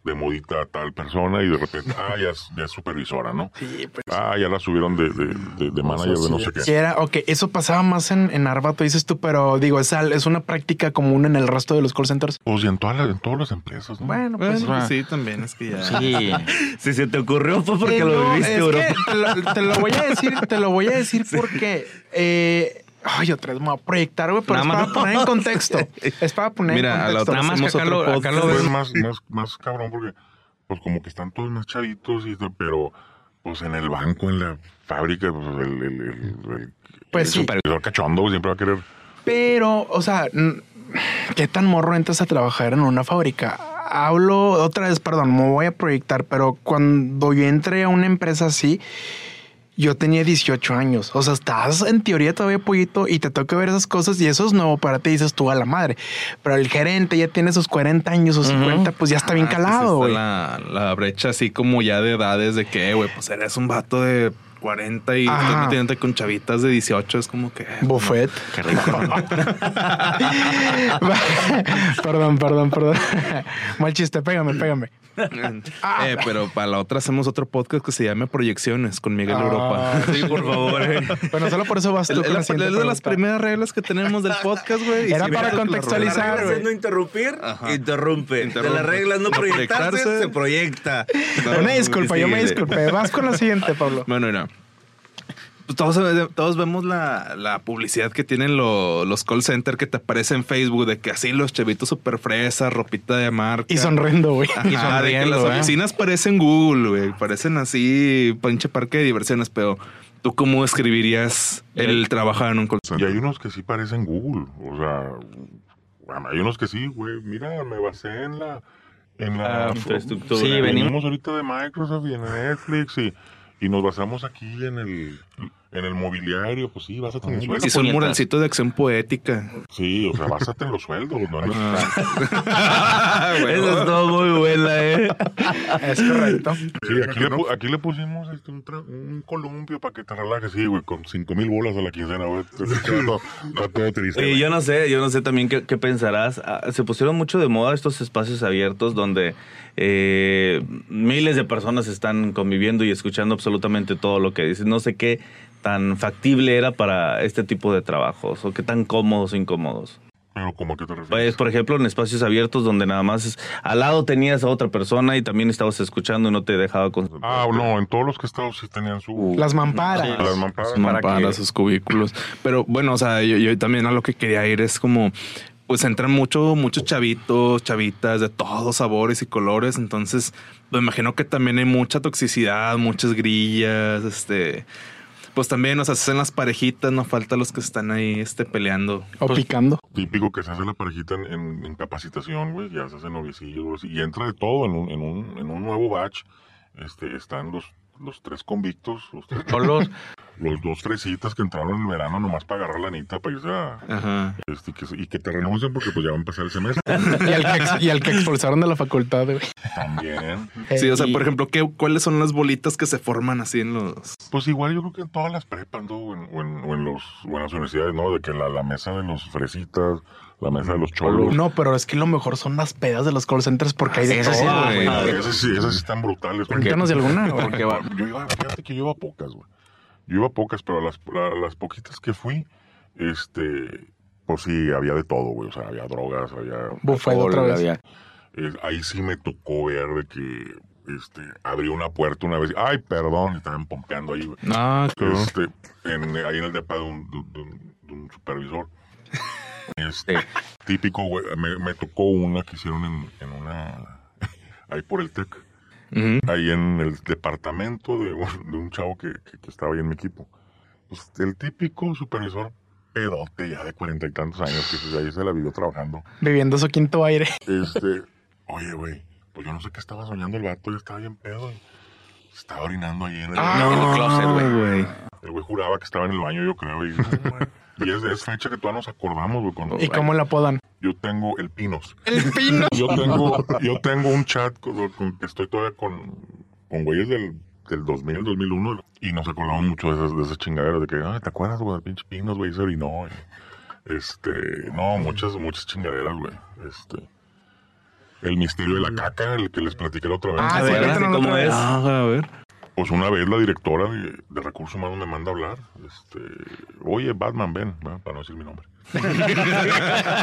S2: de modita a tal persona y de repente, ah, ya es, ya es supervisora, ¿no?
S1: Sí, pues.
S2: Ah, ya la subieron de, de, de- de manager de no sé
S1: Sí,
S2: qué.
S1: era, ok, eso pasaba más en, en Arbato, dices tú, pero digo, es, al- es una práctica común en el resto de los call centers.
S2: Pues y en todas las, en todas las empresas, ¿no?
S1: Bueno, pues.
S4: Bueno, pues sí, también es que ya.
S3: Sí.
S5: Si se te ocurrió fue porque
S1: Eh,
S5: lo
S1: no,
S5: viviste,
S1: es
S5: bro.
S1: que te, lo, te lo voy a decir, te lo voy a decir porque. eh, ay, otra vez me voy a proyectar, güey, pero
S3: Nada
S1: es para
S3: más.
S1: poner en contexto. Es para poner
S4: Mira, a
S1: en
S4: la
S1: contexto.
S4: otra
S3: Nada más que
S4: hacemos
S3: acá
S4: otro
S3: lo, acá lo
S2: Pero
S1: pues,
S3: ves.
S2: es más, más, más cabrón porque, pues como que están todos más chavitos, y, pero pues en el banco, en la fábrica, pues el, el, el- el-
S1: Pues
S2: el
S1: sí.
S2: supervisor cachondo siempre va a querer
S1: Pero, o sea, n- ¿qué tan morro entras a trabajar en una fábrica? Hablo otra vez, perdón, me voy a proyectar, pero cuando yo entré a una empresa así, yo tenía 18 años. O sea, estás en teoría todavía pollito y te toca ver esas cosas y eso es nuevo para ti, dices tú a la madre. Pero el gerente ya tiene sus 40 años o 50, pues ya está bien
S4: Ah, pues
S1: calado,
S4: está
S1: güey.
S4: la, la brecha así como ya de edades de que, güey, pues eres un vato de 40 y
S1: Ajá.
S4: estás metiéndote con chavitas de 18. Es como que.
S1: Buffet.
S3: Qué rico.
S1: perdón, perdón, perdón. Mal chiste, pégame, pégame. Ah.
S4: Eh, pero para la otra hacemos otro podcast que se llama Proyecciones con Miguel
S1: Ah,
S4: Europa.
S5: Sí, por favor. eh.
S1: Bueno, solo por eso vas tú.
S4: Es
S1: con la
S4: la-
S1: siguiente
S4: es de las
S1: pregunta.
S4: primeras reglas que tenemos del podcast, güey. y
S1: Era
S4: si
S1: para
S4: ves que la
S1: contextualizar,
S4: rola-
S1: güey.
S6: reglas es no interrumpir, interrumpe.
S4: Interrumpe.
S6: De las reglas no
S4: No
S6: proyectarse,
S4: proyectarse.
S6: se proyecta.
S1: Una disculpa, yo me
S4: Síguele.
S1: disculpé. Vas con la siguiente, Pablo.
S4: Bueno, mira. Pues todos, todos vemos la, la publicidad que tienen lo- los call center que te aparecen en Facebook de que así los chevitos super fresas, ropita de marca.
S1: Y ¿eh? sonriendo, güey.
S4: Ajá, de que las oficinas parecen Google, güey. Parecen así, pinche parque de diversiones, pero ¿tú cómo describirías el trabajar en un call
S2: Y
S4: center?
S2: hay unos que sí parecen Google, o sea, bueno, hay unos que sí, güey, mira, me basé en la... En la
S5: Ah, infraestructura.
S3: Sí, venimos.
S2: venimos ahorita de Microsoft y en Netflix y, y nos basamos aquí en el, en el mobiliario, pues sí, básate en el sueldo.
S4: Si son
S3: puñetas.
S4: muralcitos de acción poética.
S2: Sí, o sea, básate en los sueldos, no en los-
S5: Esa estuvo muy buena, eh.
S1: Es correcto.
S2: Sí, aquí le, pu- aquí le pusimos este, un, tra- un columpio para que te relajes, sí, güey, con cinco mil bolas a la quincena, güey, este, está todo, está todo triste.
S5: Oye,
S2: güey.
S5: yo no sé, yo no sé también qué, qué pensarás. Ah, Se pusieron mucho de moda estos espacios abiertos donde eh, miles de personas están conviviendo y escuchando absolutamente todo lo que dicen. No sé qué tan factible era para este tipo de trabajos o qué tan cómodos o incómodos.
S2: Pero ¿cómo a qué te refieres?
S5: Pues, por ejemplo, en espacios abiertos donde nada más es- al lado tenías a otra persona y también estabas escuchando y no te dejaba concentrar.
S2: ah, no, en todos los que estados sí tenían su...
S1: Las mamparas.
S2: las mamparas.
S4: Sus mamparas, sus cubículos. Pero bueno, o sea, yo, yo también a lo que quería ir es como, pues entran mucho, muchos chavitos, chavitas de todos sabores y colores. Entonces, me imagino que también hay mucha toxicidad, muchas grillas, este. Pues también, o sea, se hacen las parejitas, no falta los que están ahí, este, peleando.
S1: O picando.
S2: Típico que se hace la parejita en, en- en capacitación, güey, ya se hacen novicillos, güey, y entra de todo en un, en un, en un nuevo batch. Este, están los, los tres convictos, los, tres-
S3: Solos.
S2: los dos fresitas que entraron en el verano nomás para agarrar la nita para irse a-
S4: Ajá.
S1: Eh,
S2: este, y, que, se- y que te renuncian porque pues ya va a empezar el semestre.
S1: Y al que, ex- y al que expulsaron de la facultad, güey.
S2: También.
S4: Sí, o sea,
S1: Y-
S4: por ejemplo, ¿qué, ¿cuáles son las bolitas que se forman así en los...?
S2: Pues igual yo creo que en todas las prepas, ¿no? O en, o en- o en los, o en las universidades, ¿no? De que la, la mesa de los fresitas, la mesa de los cholos.
S1: No, pero es que lo mejor son las pedas de los call centers porque hay de
S3: Eso sí,
S1: todo,
S3: güey.
S1: güey.
S2: Ah, esas, sí, esas sí están brutales. porque-
S1: Cuéntanos de alguna, güey.
S3: Porque va-
S2: Yo iba, fíjate que yo iba a pocas, güey. Yo iba a pocas, pero a las, a las poquitas que fui, este, pues sí, había de todo, güey. O sea, había drogas, había...
S1: Buffet otra
S3: Hola,
S1: vez.
S3: ya.
S2: eh, ahí sí me tocó ver de que, este, abrí una puerta una vez. Ay, perdón, estaban pompeando ahí, güey.
S4: Ah,
S2: Este, en, ahí en el depa de un, de un- de un- de un supervisor. Este, típico, güey. Me, me tocó una que hicieron en, en una... ahí por el TEC ahí en el departamento de un, de un chavo que, que- que estaba ahí en mi equipo. Pues, el típico supervisor pedote ya de cuarenta y tantos años que pues, ahí se la vivió trabajando.
S1: Viviendo su quinto aire.
S2: Este, oye, güey, Pues yo no sé qué estaba soñando el vato, ya estaba bien pedo. y Estaba orinando ahí en el.
S1: Ah,
S3: en el closet, güey.
S4: güey.
S2: El güey juraba que estaba en el baño, yo creo. Y, y es, es fecha que todavía nos acordamos, güey.
S4: Oh,
S2: cuando-
S1: ¿Y cómo la apodan?
S2: Yo tengo el Pinos.
S1: El pino.
S2: Yo tengo, yo tengo un chat con, con- que estoy todavía con, con güeyes del, del 2000, 2001. Y nos acordamos mucho de esas, de esas chingaderas. De que, "Ay, ¿te acuerdas, güey? del Pinche Pinos, güey, se orinó. y, este, no, muchas, muchas chingaderas, güey. Este. El misterio de la caca, el que les platiqué la otra vez.
S1: Ah, sí,
S5: ver,
S1: ahorita no lo
S5: ¿cómo
S1: traes.
S5: es?
S4: Ah, a ver.
S2: Pues una vez la directora de, de Recursos Humanos me manda a hablar. Este, Oye, Batman, ven, ¿verdad? para no decir mi nombre.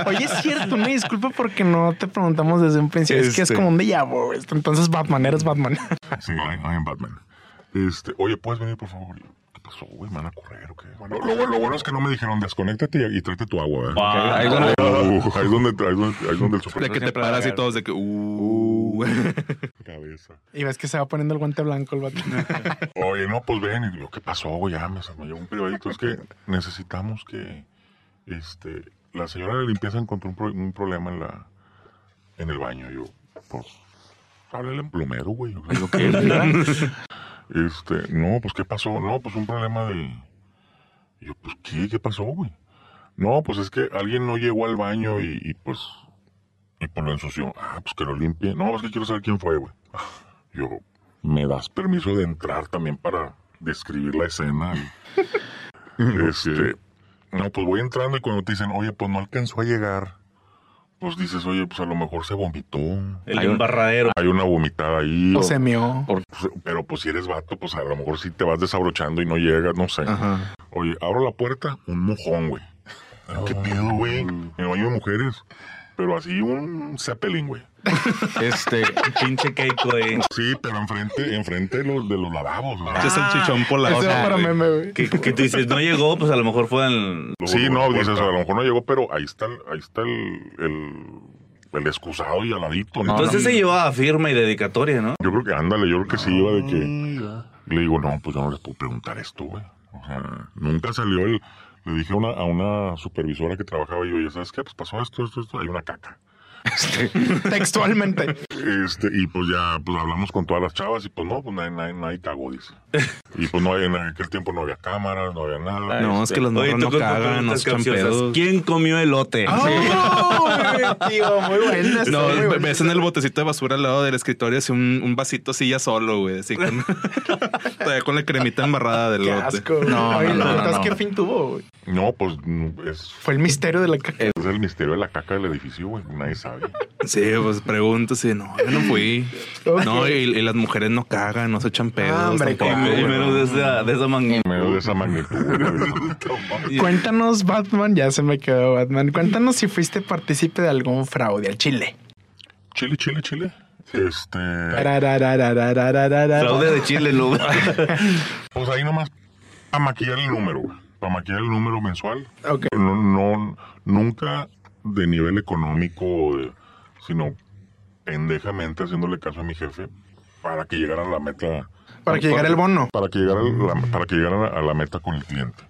S1: Oye, es cierto, me disculpa porque no te preguntamos desde un principio. Es que es
S4: Este.
S1: como un déjà vu. güey. Entonces, Batman, eres Batman.
S2: Sí, I, I am Batman. Este, oye, ¿puedes venir, por favor? ¿Qué pasó, güey? ¿Me van a correr o qué? Lo, lo bueno- lo bueno es que no me dijeron, desconéctate y, y tráete tu agua, ¿eh?
S5: ahí es donde-
S2: Uh, ahí es donde, ahí es donde, ahí es donde el
S4: De
S2: sorpresa
S4: que te
S5: siempre
S4: paras y
S5: agarra.
S4: todos de que. Uh.
S2: de cabeza.
S1: Y ves que se va poniendo el guante blanco el Batman.
S2: Oye, no, pues ven. Y yo, ¿qué pasó, güey? Ya me se me llegó un privadito. Es que necesitamos que, este, la señora de limpieza encontró un, pro- un problema en la, en el baño. Yo, pues, háblale en plomero, güey. O sea, yo, ¿qué? Este, no, pues, ¿qué pasó? No, pues, un problema de... Y yo, pues, ¿qué? ¿Qué pasó, güey? No, pues, es que alguien no llegó al baño y, y, pues, y pues lo ensució. Ah, pues, que lo limpie. No, es que quiero saber quién fue, güey. Yo, ¿me das permiso de entrar también para describir la escena? este, no, pues voy entrando y cuando te dicen, oye, pues no alcanzó a llegar, pues dices, oye, pues a lo mejor se vomitó.
S5: El de un barradero.
S2: Hay una vomitada ahí.
S1: O
S2: o-
S1: se meó.
S2: pues, pero pues si eres vato, pues a lo mejor si te vas desabrochando y no llegas, no sé.
S4: Ajá.
S2: Oye, abro la puerta, un mojón, güey. Ah, ¿Qué pedo, güey? En el baño de mujeres. Pero así un Zeppelin, güey.
S3: Este,
S5: Pinche Keiko, eh.
S2: Sí, pero enfrente, enfrente de los, de los lavabos. o sea.
S4: Es el chichón polar.
S1: Ese Ah, va para meme, güey.
S5: Que, que tú dices, no llegó, pues a lo mejor fue el...
S2: Luego, Sí, no, dices, a lo mejor no llegó, pero ahí está, el- ahí está el, el, el excusado y aladito. ¿no?
S5: Entonces se llevaba firma y dedicatoria, ¿no?
S2: Yo creo que, ándale, yo creo que sí iba de que... Le digo, no, pues yo no les puedo preguntar esto, güey. O sea, nunca salió el... Le dije a una, a una supervisora que trabajaba y yo, oye, ¿sabes qué? Pues pasó esto, esto, esto, hay una caca.
S1: Textualmente.
S2: Este, y pues ya, pues hablamos con todas las chavas y pues no, pues nadie, nadie, nadie cagó, dice. Y pues no, había- en aquel tiempo no había cámaras, no había nada.
S4: No, es que los morros no
S5: con tus
S4: cagan, no
S5: preguntas
S4: se echan
S5: capciosas,
S4: pedos. Ah,
S5: ¿Quién comió elote?
S1: Oh, tío, muy buena. está
S4: No,
S1: muy buena.
S4: ves en el botecito de basura al lado del escritorio así un, un vasito así ya solo, güey. Así con, todavía con la cremita embarrada del
S1: Qué
S4: lote.
S1: asco. güey.
S3: No,
S1: Oye,
S3: no, no,
S1: ¿entonces
S3: no.
S1: qué fin tuvo? güey?
S2: No, pues mm, es,
S1: Fue el misterio de la caca.
S2: es el misterio de la caca del edificio, güey. Nadie sabe.
S4: Sí, pues preguntas y no, yo no fui. No, y, y las mujeres no cagan, no se echan pedos.
S1: Ah, hombre,
S5: Y
S4: tampoco,
S5: me- y
S4: güey.
S5: menos de esa, de esa man-
S2: Medio de esa magnitud. güey.
S1: Cuéntanos, Batman, ya se me quedó Batman. Cuéntanos si fuiste partícipe de algún fraude al Chile.
S2: Chile, Chile, Chile. Este.
S1: Tararararararararara.
S5: Fraude de Chile, ¿no?
S2: Pues ahí nomás. Para maquillar el número, güey. Para maquillar el número mensual.
S1: Ok.
S2: No, no, nunca de nivel económico, de- sino pendejamente haciéndole caso a mi jefe para que llegara a la meta.
S1: Para que llegara el bono.
S2: Para que llegara, la- para que llegara a la meta con el cliente.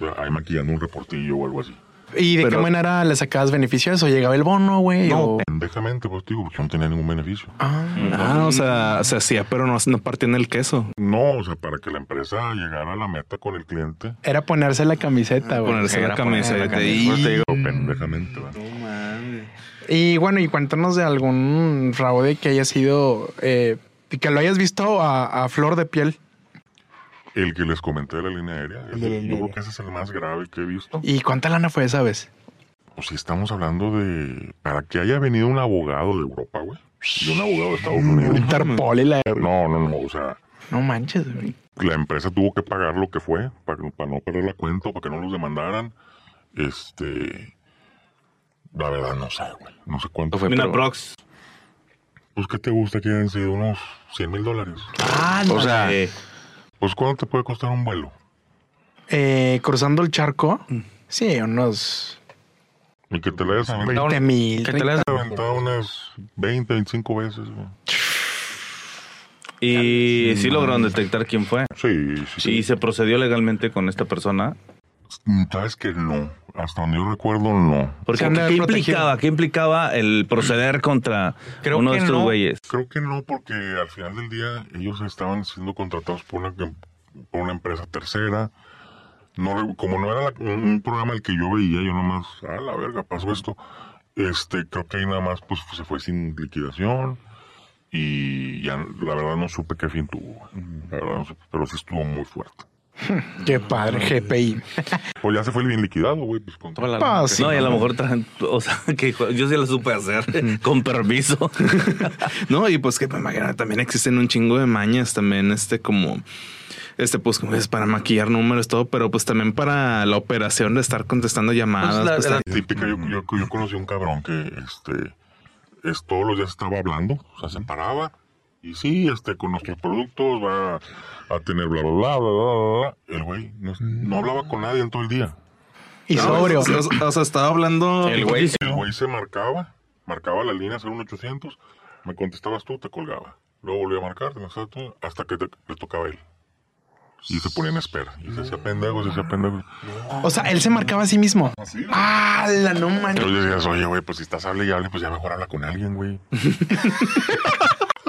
S2: O sea, Ahí maquillando un reportillo o algo así.
S1: ¿Y de qué
S4: Pero-
S1: manera le sacabas beneficios? ¿O llegaba el bono, güey? o-
S2: Pendejamente, pues digo, porque no tenía ningún beneficio.
S4: Ah, o sea, se hacía, pero no, no partían el queso.
S2: No, o sea, para que la empresa llegara a la meta con el cliente,
S1: Era ponerse la camiseta, güey.
S4: Ponerse la
S3: Era ponerse la
S4: camiseta.
S3: camiseta.
S4: y-
S3: Pues te digo,
S2: pero pendejamente, ¿verdad?
S1: Y bueno, y cuéntanos de algún fraude que haya sido... eh, que lo hayas visto a, a flor de piel.
S2: El que les comenté de la línea aérea, el- yo creo que ese es el más grave que he visto.
S1: ¿Y cuánta lana fue esa vez?
S2: Pues si estamos hablando de... Para que haya venido un abogado de Europa, güey. Y un abogado de Estados Unidos.
S1: Interpol y la...
S2: No, no, no, o sea,
S1: No manches, güey.
S2: la empresa tuvo que pagar lo que fue para, para no perder la cuenta, para que no los demandaran. Este... La verdad no sé, güey. No sé cuánto fue.
S5: Una
S3: pero-
S5: prox.
S2: Pues, ¿qué te gusta que hayan sido unos 100 mil dólares?
S1: Ah,
S3: o sea,
S5: Eh,
S2: Pues, ¿cuánto te puede costar un vuelo?
S1: Eh, cruzando el charco.
S3: Mm.
S1: Sí, unos
S2: Y que te la hayas aventado,
S1: 20 mil.
S3: ¿qué te la has-
S2: aventado unas 20, 25 veces. güey.
S5: y sí lograron detectar quién fue.
S2: Sí, sí, sí.
S5: Y se procedió legalmente con esta persona.
S2: Mm, Sabes que no. Hasta donde yo recuerdo, no.
S1: Se
S5: Porque,
S1: han de
S5: ¿qué,
S1: haber protegido.
S5: implicaba? ¿Qué implicaba el proceder contra
S1: Creo
S5: uno de
S1: que
S5: estos
S1: no.
S5: güeyes?
S2: Creo que no, porque al final del día ellos estaban siendo contratados por una, em, por una empresa tercera. No, re- como no era la- un un programa el que yo veía, yo nomás, a la verga, pasó esto. Este, creo que ahí nada más pues se fue sin liquidación y ya la verdad no supe qué fin tuvo. La verdad no supe, pero sí estuvo muy fuerte.
S1: Qué padre, GPI.
S2: Pues ya se fue bien liquidado, güey. Pues, con-
S1: Pa, sí.
S5: no, y a lo mejor, tra- o sea, que yo sí lo supe hacer con permiso.
S4: No, y pues que pues, imagina, también existen un chingo de mañas también, este como este pues como es para maquillar números todo, pero pues también para la operación de estar contestando llamadas,
S5: la-
S4: pues,
S5: la-
S2: típica. Yo, yo, yo conocí a un cabrón que este es, todos los días estaba hablando, o sea, se paraba y sí, este con nuestros productos va a tener bla bla bla bla bla. bla, bla. El güey no, no hablaba con nadie en todo el día.
S1: Y sobrio.
S4: O, sea, o sea, estaba hablando
S3: El güey
S2: El güey se marcaba, marcaba la línea 01800, me contestabas tú, te colgaba. Luego volvía a marcar, te contestabas tú, hasta que te- le tocaba a él. Y se ponía en espera. Y se hacía pendejo, se hacía pendejo.
S1: O sea, él se marcaba a sí mismo.
S2: Así.
S1: ¡Ah, la no manches!
S2: Pero yo decías, oye, güey, pues si estás hable y hable, pues ya mejor habla con alguien, güey.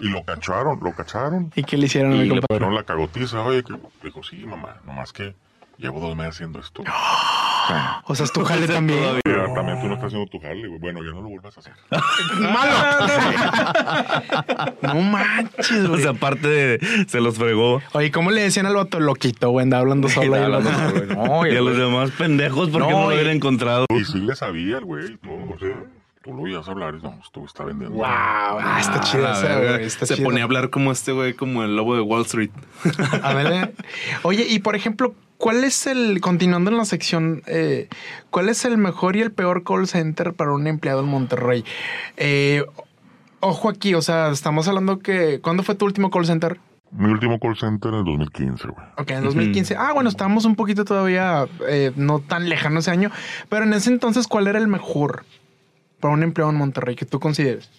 S2: y lo cacharon, lo cacharon.
S1: ¿Y qué le hicieron a mi
S2: Y le
S1: compadre?
S2: pusieron la cagotiza, oye, que dijo, sí, mamá, nomás que llevo dos meses haciendo esto.
S1: O sea, es tu jale también.
S2: Pero también tú no estás haciendo tu jale, güey. Bueno, ya no lo vuelvas a hacer.
S1: No manches,
S5: o
S1: güey.
S5: sea, aparte de- se los fregó.
S1: Oye, ¿cómo le decían al vato loquito, güey? Andaba hablando solo. ahí,
S3: hablando
S1: güey.
S3: solo, güey. No, y
S5: Y a
S3: el
S5: los
S3: güey-
S5: demás pendejos, porque
S1: No,
S5: no, lo
S1: y-
S5: hubiera encontrado?
S2: Y sí le sabía el güey, y todo, o sea, tú lo oías hablar y no, pues, tú está vendiendo.
S1: Wow, ah, está chido
S4: Ah,
S1: esa,
S4: la verga.
S1: güey, está
S4: se
S1: chido.
S4: ponía a hablar como este güey, como el lobo de Wall Street.
S1: A ver, Oye, y por ejemplo, ¿cuál es el, continuando en la sección, eh, cuál es el mejor y el peor call center para un empleado en Monterrey? Eh, ojo aquí, o sea, estamos hablando que, ¿cuándo fue tu último call center?
S2: Mi último call center en el 2015, güey.
S1: Ok, en 2015. Ah, bueno, estábamos un poquito todavía eh, no tan lejano ese año, pero en ese entonces, ¿cuál era el mejor para un empleado en Monterrey que tú consideres?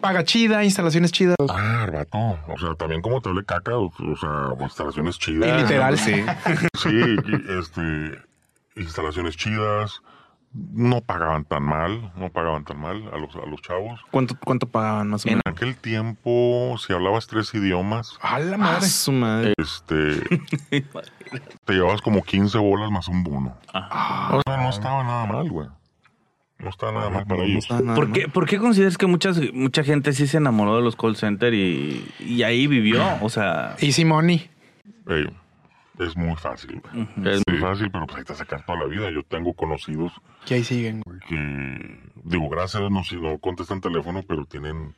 S1: Paga chida, instalaciones chidas.
S2: Ah, vato. O sea, también como te hablé caca, o, o sea, instalaciones chidas.
S1: Y literal.
S4: Sí.
S2: Sí, y, este, instalaciones chidas, no pagaban tan mal, no pagaban tan mal a los, a los chavos.
S4: ¿Cuánto, cuánto pagaban más o menos?
S2: En aquel tiempo, si hablabas tres idiomas,
S1: A la
S4: Ah,
S1: madre.
S4: su madre.
S2: este, te llevabas como 15 bolas más un bono. O sea, no estaba nada mal, güey. No estaba nada mal Ah. pues, para
S4: No
S2: ellos.
S4: estaba Ah, nada
S5: ¿Por
S4: mal.
S5: qué, ¿Por qué consideras que muchas, mucha gente sí se enamoró de los call center y, y ahí vivió? O sea,
S1: Easy money.
S2: Ey, es muy fácil, güey.
S3: Es
S2: Es fácil, pero pues ahí te sacan toda la vida. Yo tengo conocidos
S1: Que ahí siguen. güey.
S2: que digo, gracias a Dios no, si no contestan teléfono, pero tienen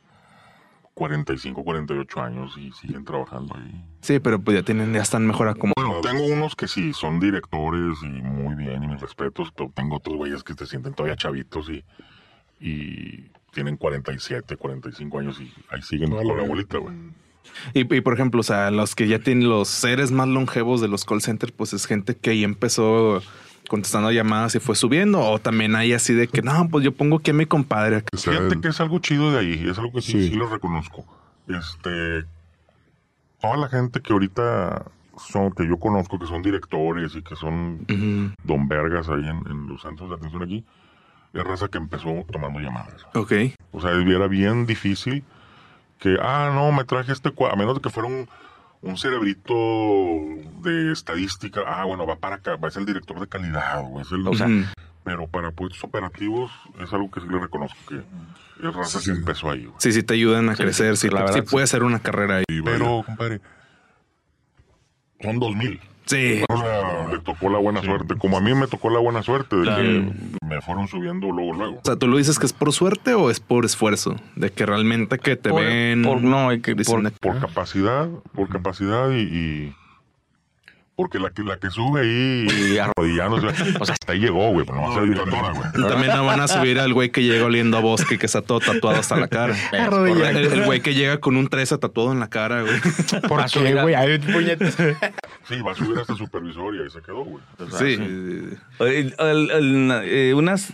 S2: 45, 48 años y siguen trabajando ahí.
S4: Sí, pero pues ya tienen, ya están mejor
S2: Bueno,
S4: acomodados.
S2: tengo unos que sí, son directores y muy bien y mis respetos, pero tengo otros güeyes que se sienten todavía chavitos y, y tienen 47, 45 años y ahí siguen con la bolita, güey.
S4: Y, y, por ejemplo, o sea, los que ya tienen los seres más longevos de los call centers, pues es gente que ahí empezó contestando llamadas y fue subiendo. O también hay así de que no, pues yo pongo aquí a mi compadre. acá".
S2: Fíjate que es algo chido de ahí, es algo que sí, sí, lo reconozco. Este, toda la gente que ahorita son, que yo conozco, que son directores y que son
S4: Ujú.
S2: don Vergas ahí en, en los centros de atención aquí, es raza que empezó tomando llamadas.
S4: Ok.
S2: O sea, era bien difícil que, ah, no, me traje este cua-", a menos de que fuera un, un cerebrito de estadística, ah, bueno, va para acá, va a ser el director de calidad, o es el...
S5: O sea,
S4: Ujú.
S2: pero para puestos operativos es algo que sí le reconozco que es raza que empezó ahí, güey.
S4: Sí, sí te ayudan a crecer. Sí, te-
S3: la
S4: sí
S3: verdad, sí.
S4: puede ser una carrera ahí.
S2: Pero, compadre, son dos mil.
S4: Sí.
S2: O sea, le tocó la buena suerte. Como a mí me tocó la buena suerte de que me fueron subiendo luego, luego.
S4: O sea, ¿tú lo dices que es por suerte o es por esfuerzo? De que realmente que te
S3: Por-
S4: ven...
S3: por- no, y que
S4: dicen
S3: por-
S4: de-
S2: Por capacidad, por capacidad y... y- porque la que, la que sube ahí arrodillándose, o sea, hasta ahí llegó, güey, pero no va a ser directora, güey.
S4: También no van a subir al güey que llega oliendo a bosque que está todo tatuado hasta la cara. El,
S1: Arrodillado.
S4: el güey que llega con un 13 tatuado en la cara, güey. Ah,
S1: ¿Por qué, güey? Ay, puñetas.
S2: Sí, va a subir hasta supervisor y ahí se quedó, güey.
S4: Sí.
S5: el- el- el- eh, unas,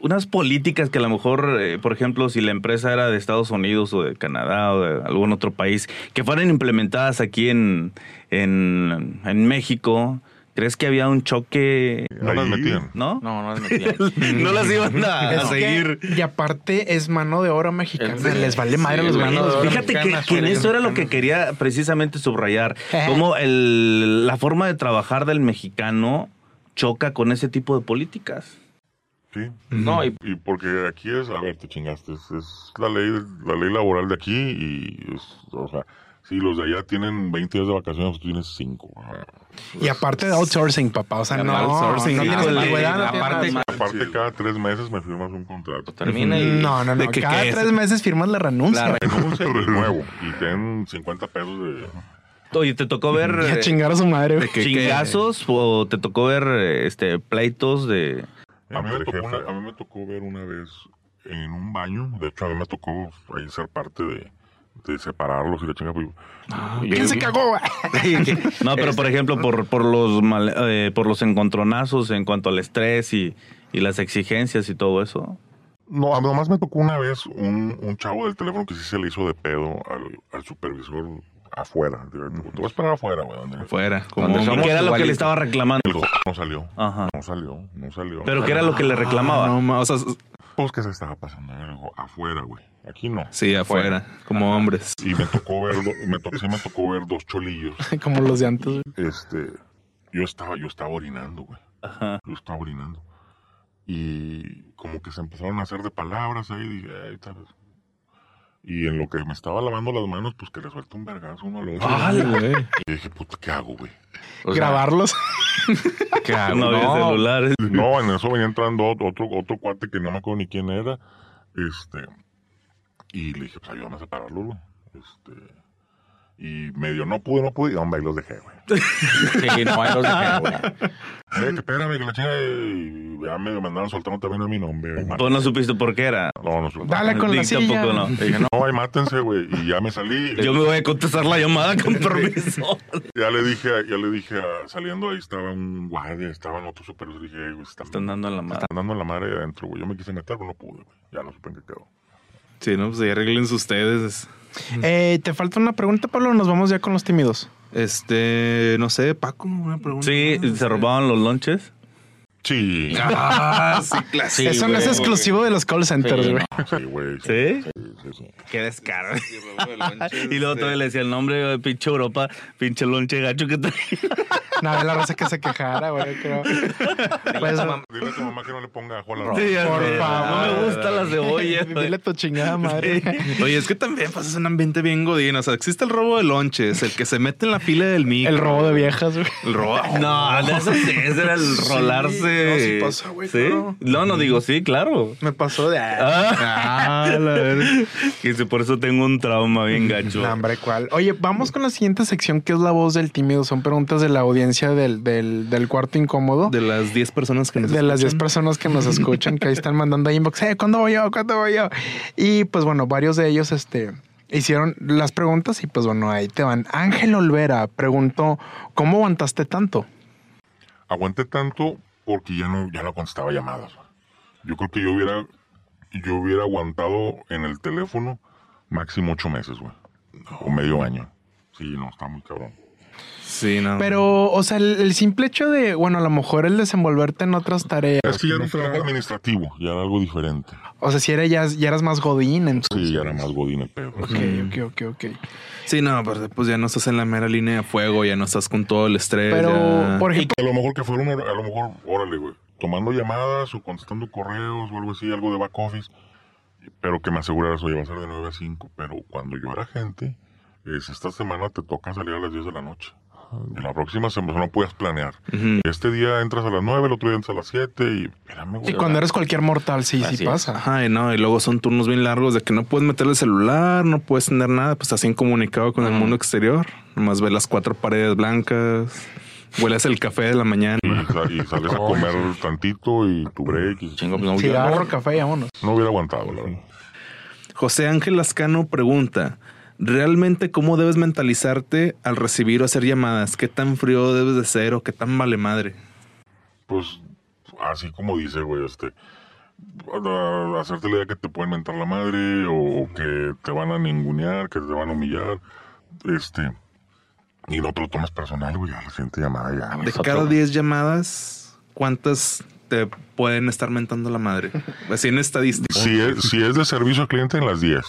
S5: unas políticas que a lo mejor, eh, por ejemplo, si la empresa era de Estados Unidos o de Canadá o de algún otro país, que fueran implementadas aquí en, en, en México, ¿Crees que había un choque?
S2: No las Ahí. metían.
S5: ¿No?
S3: No, no las metían.
S5: no las iban a,
S1: Es
S5: a
S1: que-
S5: seguir.
S1: y aparte es mano de obra mexicana.
S3: Es-
S1: Les vale madre a los
S3: güey.
S1: manos de obra
S5: Fíjate que,
S1: mexicanas,
S5: que en
S1: güey.
S5: eso era lo que quería precisamente subrayar. Cómo el- la forma de trabajar del mexicano choca con ese tipo de políticas.
S2: Sí.
S3: No, y
S2: Y porque aquí es, a ver, te chingaste, es, es la ley la ley laboral de aquí y, es, o sea, si los de allá tienen 20 días de vacaciones, tú tienes 5.
S1: Y aparte de outsourcing, papá. O sea, no,
S3: Aparte
S1: outsourcing,
S4: outsourcing,
S1: no tienes
S3: aparte-
S1: antigüedad, no tienes
S3: aparte-
S1: nada.
S2: Aparte, cada tres meses me firmas un contrato.
S3: termina y.
S1: No, no, no.
S4: de que-
S1: Cada
S4: que es-
S1: tres meses firmas la renuncia.
S2: Renuncia y nuevo. Y ten 50 pesos de...
S5: Oye, ¿te tocó ver
S1: Y a
S5: eh,
S1: chingar a su madre, güey.
S4: que-
S5: chingazos o te tocó ver eh, este pleitos de...
S2: A mí, me
S7: Entre
S2: tocó
S7: jefe.
S2: una- a mí me tocó ver una vez en un baño, de hecho a mí me tocó ahí ser parte de, de separarlos y la chinga. pues,
S1: Ah, ¿Quién se cagó, güey?
S5: No, pero por ejemplo, por, por, los, mal- eh, por los encontronazos en cuanto al estrés y, y las exigencias y todo eso.
S2: No, a- nomás me tocó una vez un, un chavo del teléfono que sí se le hizo de pedo al, al supervisor afuera. Te te voy a esperar afuera, güey. donde-
S4: Fuera. Como
S5: Porque
S4: hombre.
S5: era lo que
S4: Igualito.
S5: le estaba reclamando.
S2: El go- no salió.
S5: Ajá.
S2: No salió, no salió.
S5: Pero que era lo que le reclamaba.
S4: Ah, No, ma- o sea,
S2: Pues, ¿Qué se estaba pasando? Yo le digo, afuera, güey. Aquí no.
S4: sí, afuera. Como hombres.
S2: Y me tocó ver, do- me to- sí me tocó ver dos cholillos.
S1: Como los de antes, güey.
S2: Este, yo estaba, yo estaba orinando, güey. Yo estaba orinando. Y como que se empezaron a hacer de palabras ahí, dije, "Ay, tal vez". Y en lo que me estaba lavando las manos, pues que le suelto un vergazo uno al otro.
S5: Ah,
S4: Ay, güey.
S2: Y dije, puta, ¿qué hago, güey?
S3: o sea,
S1: Grabarlos.
S3: ¿qué hago?
S5: No había celulares.
S2: No, en eso venía entrando ot- otro, otro cuate que no me acuerdo ni quién era. Este. Y le dije, pues ayúdame a separarlo, güey. Este. Y medio no pude, no pude. Y hombre, ahí los dejé, güey.
S3: Sí, no, ahí los dejé, güey.
S2: Eh, que espérame, que la chingada. Y ya me mandaron soltando también a mi nombre. güey.
S5: Pues no supiste por qué era.
S2: No, no supe.
S1: Dale con la
S5: Dick
S1: silla.
S5: tampoco, no.
S2: Dije, no, ay, mátense, güey. Y ya me salí.
S5: Yo me voy a contestar la llamada con permiso.
S2: Ya le dije, a- ya le dije, a- saliendo ahí estaba un guardia, estaban otros supervisores. Dije, "Ey, güey, se están,
S5: Están dando la
S2: se
S5: madre.
S2: están dando la madre ahí adentro, güey. Yo me quise meter, pero no pude, güey. Ya no supe en qué quedó.
S4: Sí, no, pues ahí arreglense ustedes.
S1: Eh, ¿Te falta una pregunta, Pablo? o Nos vamos ya con los tímidos.
S4: Este, no sé, Paco, una pregunta.
S5: Sí, se robaban los lonches.
S2: Sí,
S4: Ah, sí, claro.
S3: Sí,
S1: Eso no
S3: güey.
S1: es exclusivo de los call centers,
S3: Sí,
S1: güey.
S2: sí, güey.
S5: ¿Sí?
S2: sí, sí, sí.
S5: Qué descaro. Y luego todavía le decía el nombre de pinche Europa, pinche lonche gacho que trae.
S1: Nada, de la raza que se quejara, güey. creo. Pues,
S2: Dile a tu mamá que no le ponga ajo a la
S5: Sí, ya
S1: Por
S5: sé,
S1: favor.
S5: No me gusta la cebolla. güey.
S1: dile tu chingada madre.
S4: Oye, es que también pasas un ambiente bien godín. O sea, existe el robo de lonches, el que se mete en la fila del micro.
S1: El robo de viejas, güey.
S4: El robo.
S5: No, no, eso sí, ese era el rolarse.
S1: no, sí pasa, güey,
S5: ¿Sí?
S1: claro.
S5: No, no digo sí, claro.
S1: Me pasó de. Ah,
S5: Ah,
S4: Ah, la verga.
S5: que si por eso tengo un trauma bien gacho.
S1: Hombre, ¿cuál? Oye, vamos con la siguiente sección que es la voz del tímido. Son preguntas de la audiencia del, del, del cuarto incómodo.
S4: De las 10 personas que nos
S1: de las 10
S4: escuchan.
S1: personas que nos escuchan, que ahí están mandando ahí inbox, "Eh, ¿cuándo voy yo? ¿Cuándo voy yo? Y pues bueno, varios de ellos este, hicieron las preguntas y pues bueno, ahí te van. Ángel Olvera preguntó, ¿cómo aguantaste tanto?
S2: aguanté tanto porque ya no, ya no contestaba llamadas. Yo creo que yo hubiera, yo hubiera aguantado en el teléfono máximo ocho meses, güey. O medio año. Sí, no, está muy cabrón.
S4: Sí, no.
S1: Pero, o sea, el, el simple hecho de, bueno, a lo mejor el desenvolverte en otras tareas.
S2: Es que ya era un trabajo administrativo, ya era algo diferente.
S1: O sea, si era, ya, ya eras más godín, entonces.
S2: Sí, ya era más godín el pedo.
S1: Ok, ok, ok, ok.
S4: Sí, no, aparte, pues ya no estás en la mera línea de fuego, ya no estás con todo el estrés.
S1: Pero,
S4: ya-
S1: por ejemplo,
S2: A lo mejor que fuera una, a lo mejor, órale, güey, tomando llamadas o contestando correos o algo así, algo de back office, pero que me aseguraras, oye, va a ser de 9 a 5, pero cuando yo era gente, es, esta semana te toca salir a las 10 de la noche. En la próxima semana no puedes planear.
S4: Ujú.
S2: Este día entras a las 9, el otro día entras a las 7 y espérame, güey.
S1: si cuando eres cualquier mortal, sí, sí
S3: Así es.
S1: pasa.
S4: Ajá, y no, y luego son turnos bien largos de que no puedes meter el celular, no puedes tener nada, pues estás incomunicado con el mundo exterior. Nomás ves las cuatro paredes blancas, hueles el café de la mañana.
S2: Y, sa- y sales a comer tantito y tu break. y-
S3: Chingo, pues no, yo-
S1: Cigarro, café, vámonos.
S2: no hubiera aguantado, la verdad.
S4: José Ángel Lascano pregunta: ¿Realmente cómo debes mentalizarte al recibir o hacer llamadas? ¿Qué tan frío debes de ser o qué tan vale madre?
S2: pues así como dice, güey, este, a- a- hacerte la idea que te pueden mentar la madre o, o que te van a ningunear, que te van a humillar, este, Y no te lo tomas personal, güey. A la siguiente llamada ya. güey.
S4: De cada 10 llamadas, ¿cuántas te pueden estar mentando la madre? Así en estadística.
S2: Si es, si es de servicio al cliente, en las 10.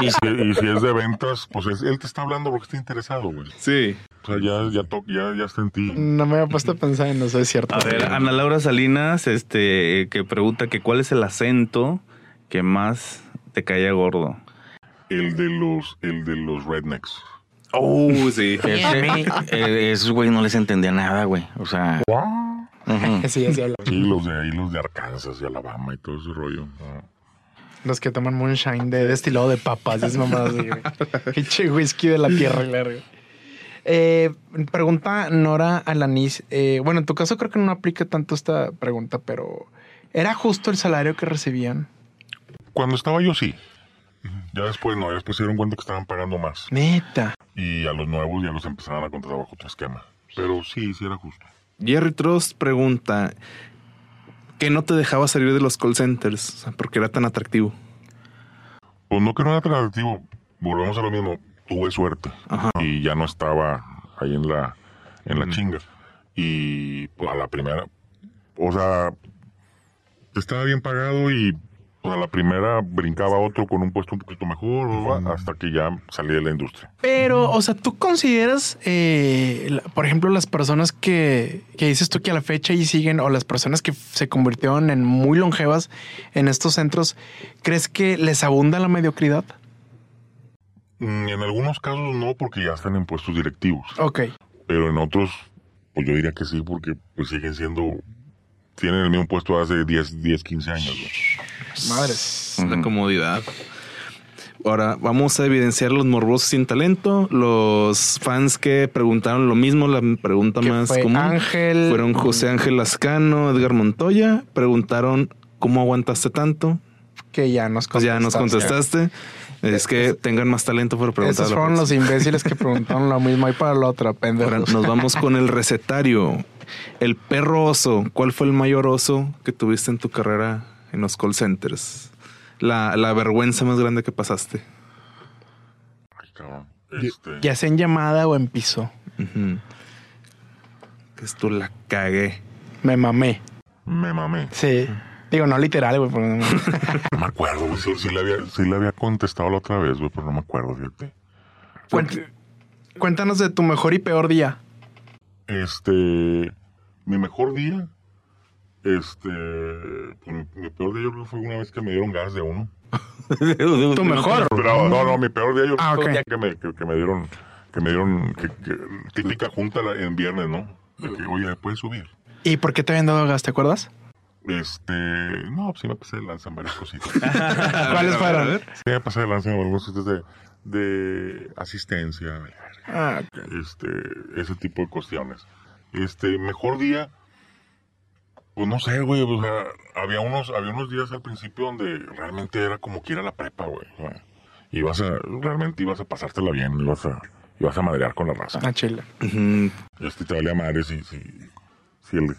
S2: y, si, y si es de ventas, pues es- él te está hablando porque está interesado, güey.
S4: Sí.
S2: O sea, ya, ya, to- ya, ya está en ti.
S1: No me había puesto a pensar en eso, es cierto.
S5: A ver, Ana Laura Salinas, este, que pregunta que cuál es el acento que más te caía gordo.
S2: El de los, el de los rednecks.
S4: Oh, sí.
S3: Ese, eh, esos güey no les entendía nada, güey. O sea, ujú.
S1: Sí, así hablan.
S2: Sí, los de ahí, los de Arkansas y Alabama y todo ese rollo. Ah.
S1: Los que toman moonshine de destilado de papas, es mamada así, güey. Pinche whisky de la tierra, claro. güey. Eh, pregunta Nora Alanis. eh, bueno, en tu caso creo que no aplica tanto esta pregunta, pero ¿era justo el salario que recibían?
S2: Cuando estaba yo, sí. Ya después no, ya después se dieron cuenta que estaban pagando más.
S1: Neta.
S2: Y a los nuevos ya los empezaron a contratar bajo otro esquema. Pero sí, sí era justo.
S4: Jerry Trost pregunta que no te dejaba salir de los call centers O sea, porque era tan atractivo.
S2: Pues no que no era tan atractivo. Volvemos a lo mismo. Tuve suerte.
S4: Ajá.
S2: Y ya no estaba ahí en la, en la chinga. Y pues a la primera. O sea, estaba bien pagado y pues, a la primera brincaba otro con un puesto un poquito mejor. ¿verdad? Hasta que ya salí de la industria.
S1: Pero, o sea, ¿tú consideras, eh, la- por ejemplo, las personas que, que dices tú que a la fecha y siguen, o las personas que se convirtieron en muy longevas en estos centros, ¿crees que les abunda la mediocridad?
S2: Mm, En algunos casos no, porque ya están en puestos directivos.
S1: Ok.
S2: Pero en otros, pues yo diría que sí, porque pues siguen siendo. Tienen el mismo puesto hace 10, 10 15 años. ¿no?
S1: Madres.
S4: La
S3: Ujú.
S4: comodidad. Ahora vamos a evidenciar los morbosos sin talento, los fans que preguntaron lo mismo, la pregunta
S1: Que
S4: más
S1: fue
S4: común.
S1: Ángel.
S4: Fueron José Ángel Lascano, Edgar Montoya, preguntaron cómo aguantaste tanto.
S1: Que ya nos
S4: Pues
S1: contestaste.
S4: ya nos contestaste. Es que tengan más talento para preguntar. a
S1: Esos
S4: la
S1: fueron los
S4: próxima.
S1: imbéciles que preguntaron lo mismo y para la otra,
S4: Ahora
S1: pendejos.
S4: nos vamos con el recetario. El perro oso. ¿Cuál fue el mayor oso que tuviste en tu carrera en los call centers? La, la vergüenza más grande que pasaste.
S2: Ay, cabrón. Este,
S1: Ya sea en llamada o en piso.
S4: Ujú. Que Esto la cagué.
S1: Me mamé.
S2: Me mamé.
S1: Sí. Digo, no literal, güey. porque no-
S2: No me acuerdo, güey. Sí, sí le había, sí le había contestado la otra vez, güey, pero no me acuerdo, fíjate.
S1: Cuent- Cuéntanos de tu mejor y peor día.
S2: Este. Mi mejor día. Este. pues, mi, mi peor día yo creo que fue una vez que me dieron gas de uno.
S1: Tu mejor.
S2: Pero, no, no, mi peor día yo creo
S1: Ah,
S2: que fue
S1: ok.
S2: un día que me, que, que me dieron. Que me dieron. Que, que- típica junta la- en viernes, ¿no? De que, oye, puedes subir.
S1: ¿Y por qué te habían dado gas? ¿Te acuerdas?
S2: Este. No, pues sí me pasé de lanza en varias cositas.
S1: ¿Cuáles fueron?
S2: sí me pasé de lanza en varias cositas de, de asistencia.
S1: Ah,
S2: este, ese tipo de cuestiones. Este, mejor día, pues no sé, güey, o sea, había unos, había unos días al principio donde realmente era como que ir a la prepa, güey. o sea, ibas a, realmente ibas a pasártela bien, ibas a, ibas a madrear con la raza.
S1: a ah, Chile.
S4: Ujú.
S2: Este te valía madre si, si, si el,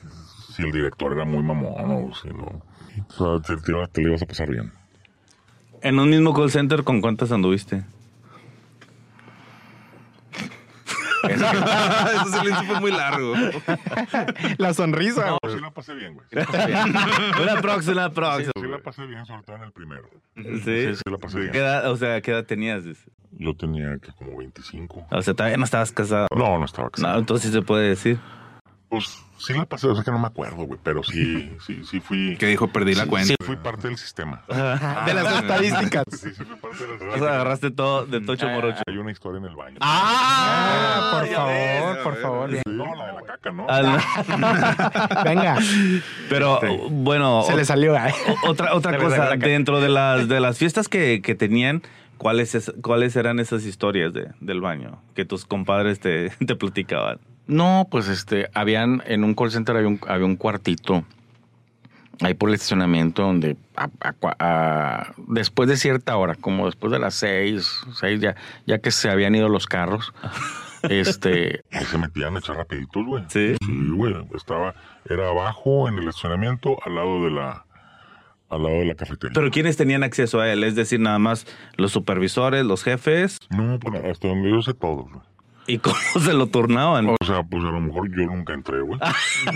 S2: si el director era muy mamón o si no. O sea, te, te, iba- te lo ibas a pasar bien.
S5: En un mismo call center, ¿con cuántas anduviste?
S4: Ese silencio fue muy largo.
S1: La sonrisa.
S2: Sí la pasé bien, güey.
S5: una prox, una prox.
S2: Sí la pasé bien, sobre todo en el primero.
S5: Sí.
S2: Sí la pasé
S5: ¿Qué
S2: bien.
S5: edad- o sea, ¿qué edad tenías?
S2: Yo tenía que como 25.
S5: O sea, todavía Ah, no estabas casado.
S2: No, no estaba casado.
S5: No, entonces sí se puede decir.
S2: Pues sí la pasé, o sea que no me acuerdo, güey, pero sí, sí, sí fui.
S4: Que dijo, perdí la cuenta.
S2: Sí, fui parte del sistema.
S5: Ah.
S1: De las estadísticas.
S2: Sí, sí, fui parte del
S5: O sea, agarraste todo de tocho morocho.
S2: Hay una historia en el baño.
S1: Ah, por favor, por favor. bien.
S2: Sí, No, la de la caca, ¿no?
S5: Ah, no.
S1: Venga,
S5: Pero bueno,
S1: se le
S5: o-
S1: salió. ¿eh? ay.
S5: otra, otra cosa, dentro de las, de las fiestas que, que tenían, ¿cuáles, es- ¿cuáles eran esas historias de, del baño que tus compadres te, te platicaban?
S3: No, pues este, habían, en un call center había un, había un cuartito ahí por el estacionamiento donde a- a cua- a- después de cierta hora, como después de las seis, seis ya, ya que se habían ido los carros, este,
S2: Ahí se metían a echar rapiditos, güey.
S5: ¿Sí?
S2: Sí, güey. Estaba, era abajo en el estacionamiento, al lado de la, al lado de la cafetería.
S5: Pero ¿quiénes tenían acceso a él? Es decir, nada más los supervisores, los jefes.
S2: No, por hasta pues, donde yo sé todos, güey.
S5: ¿Y cómo se lo turnaban?
S2: O sea, pues a lo mejor yo nunca entré, güey.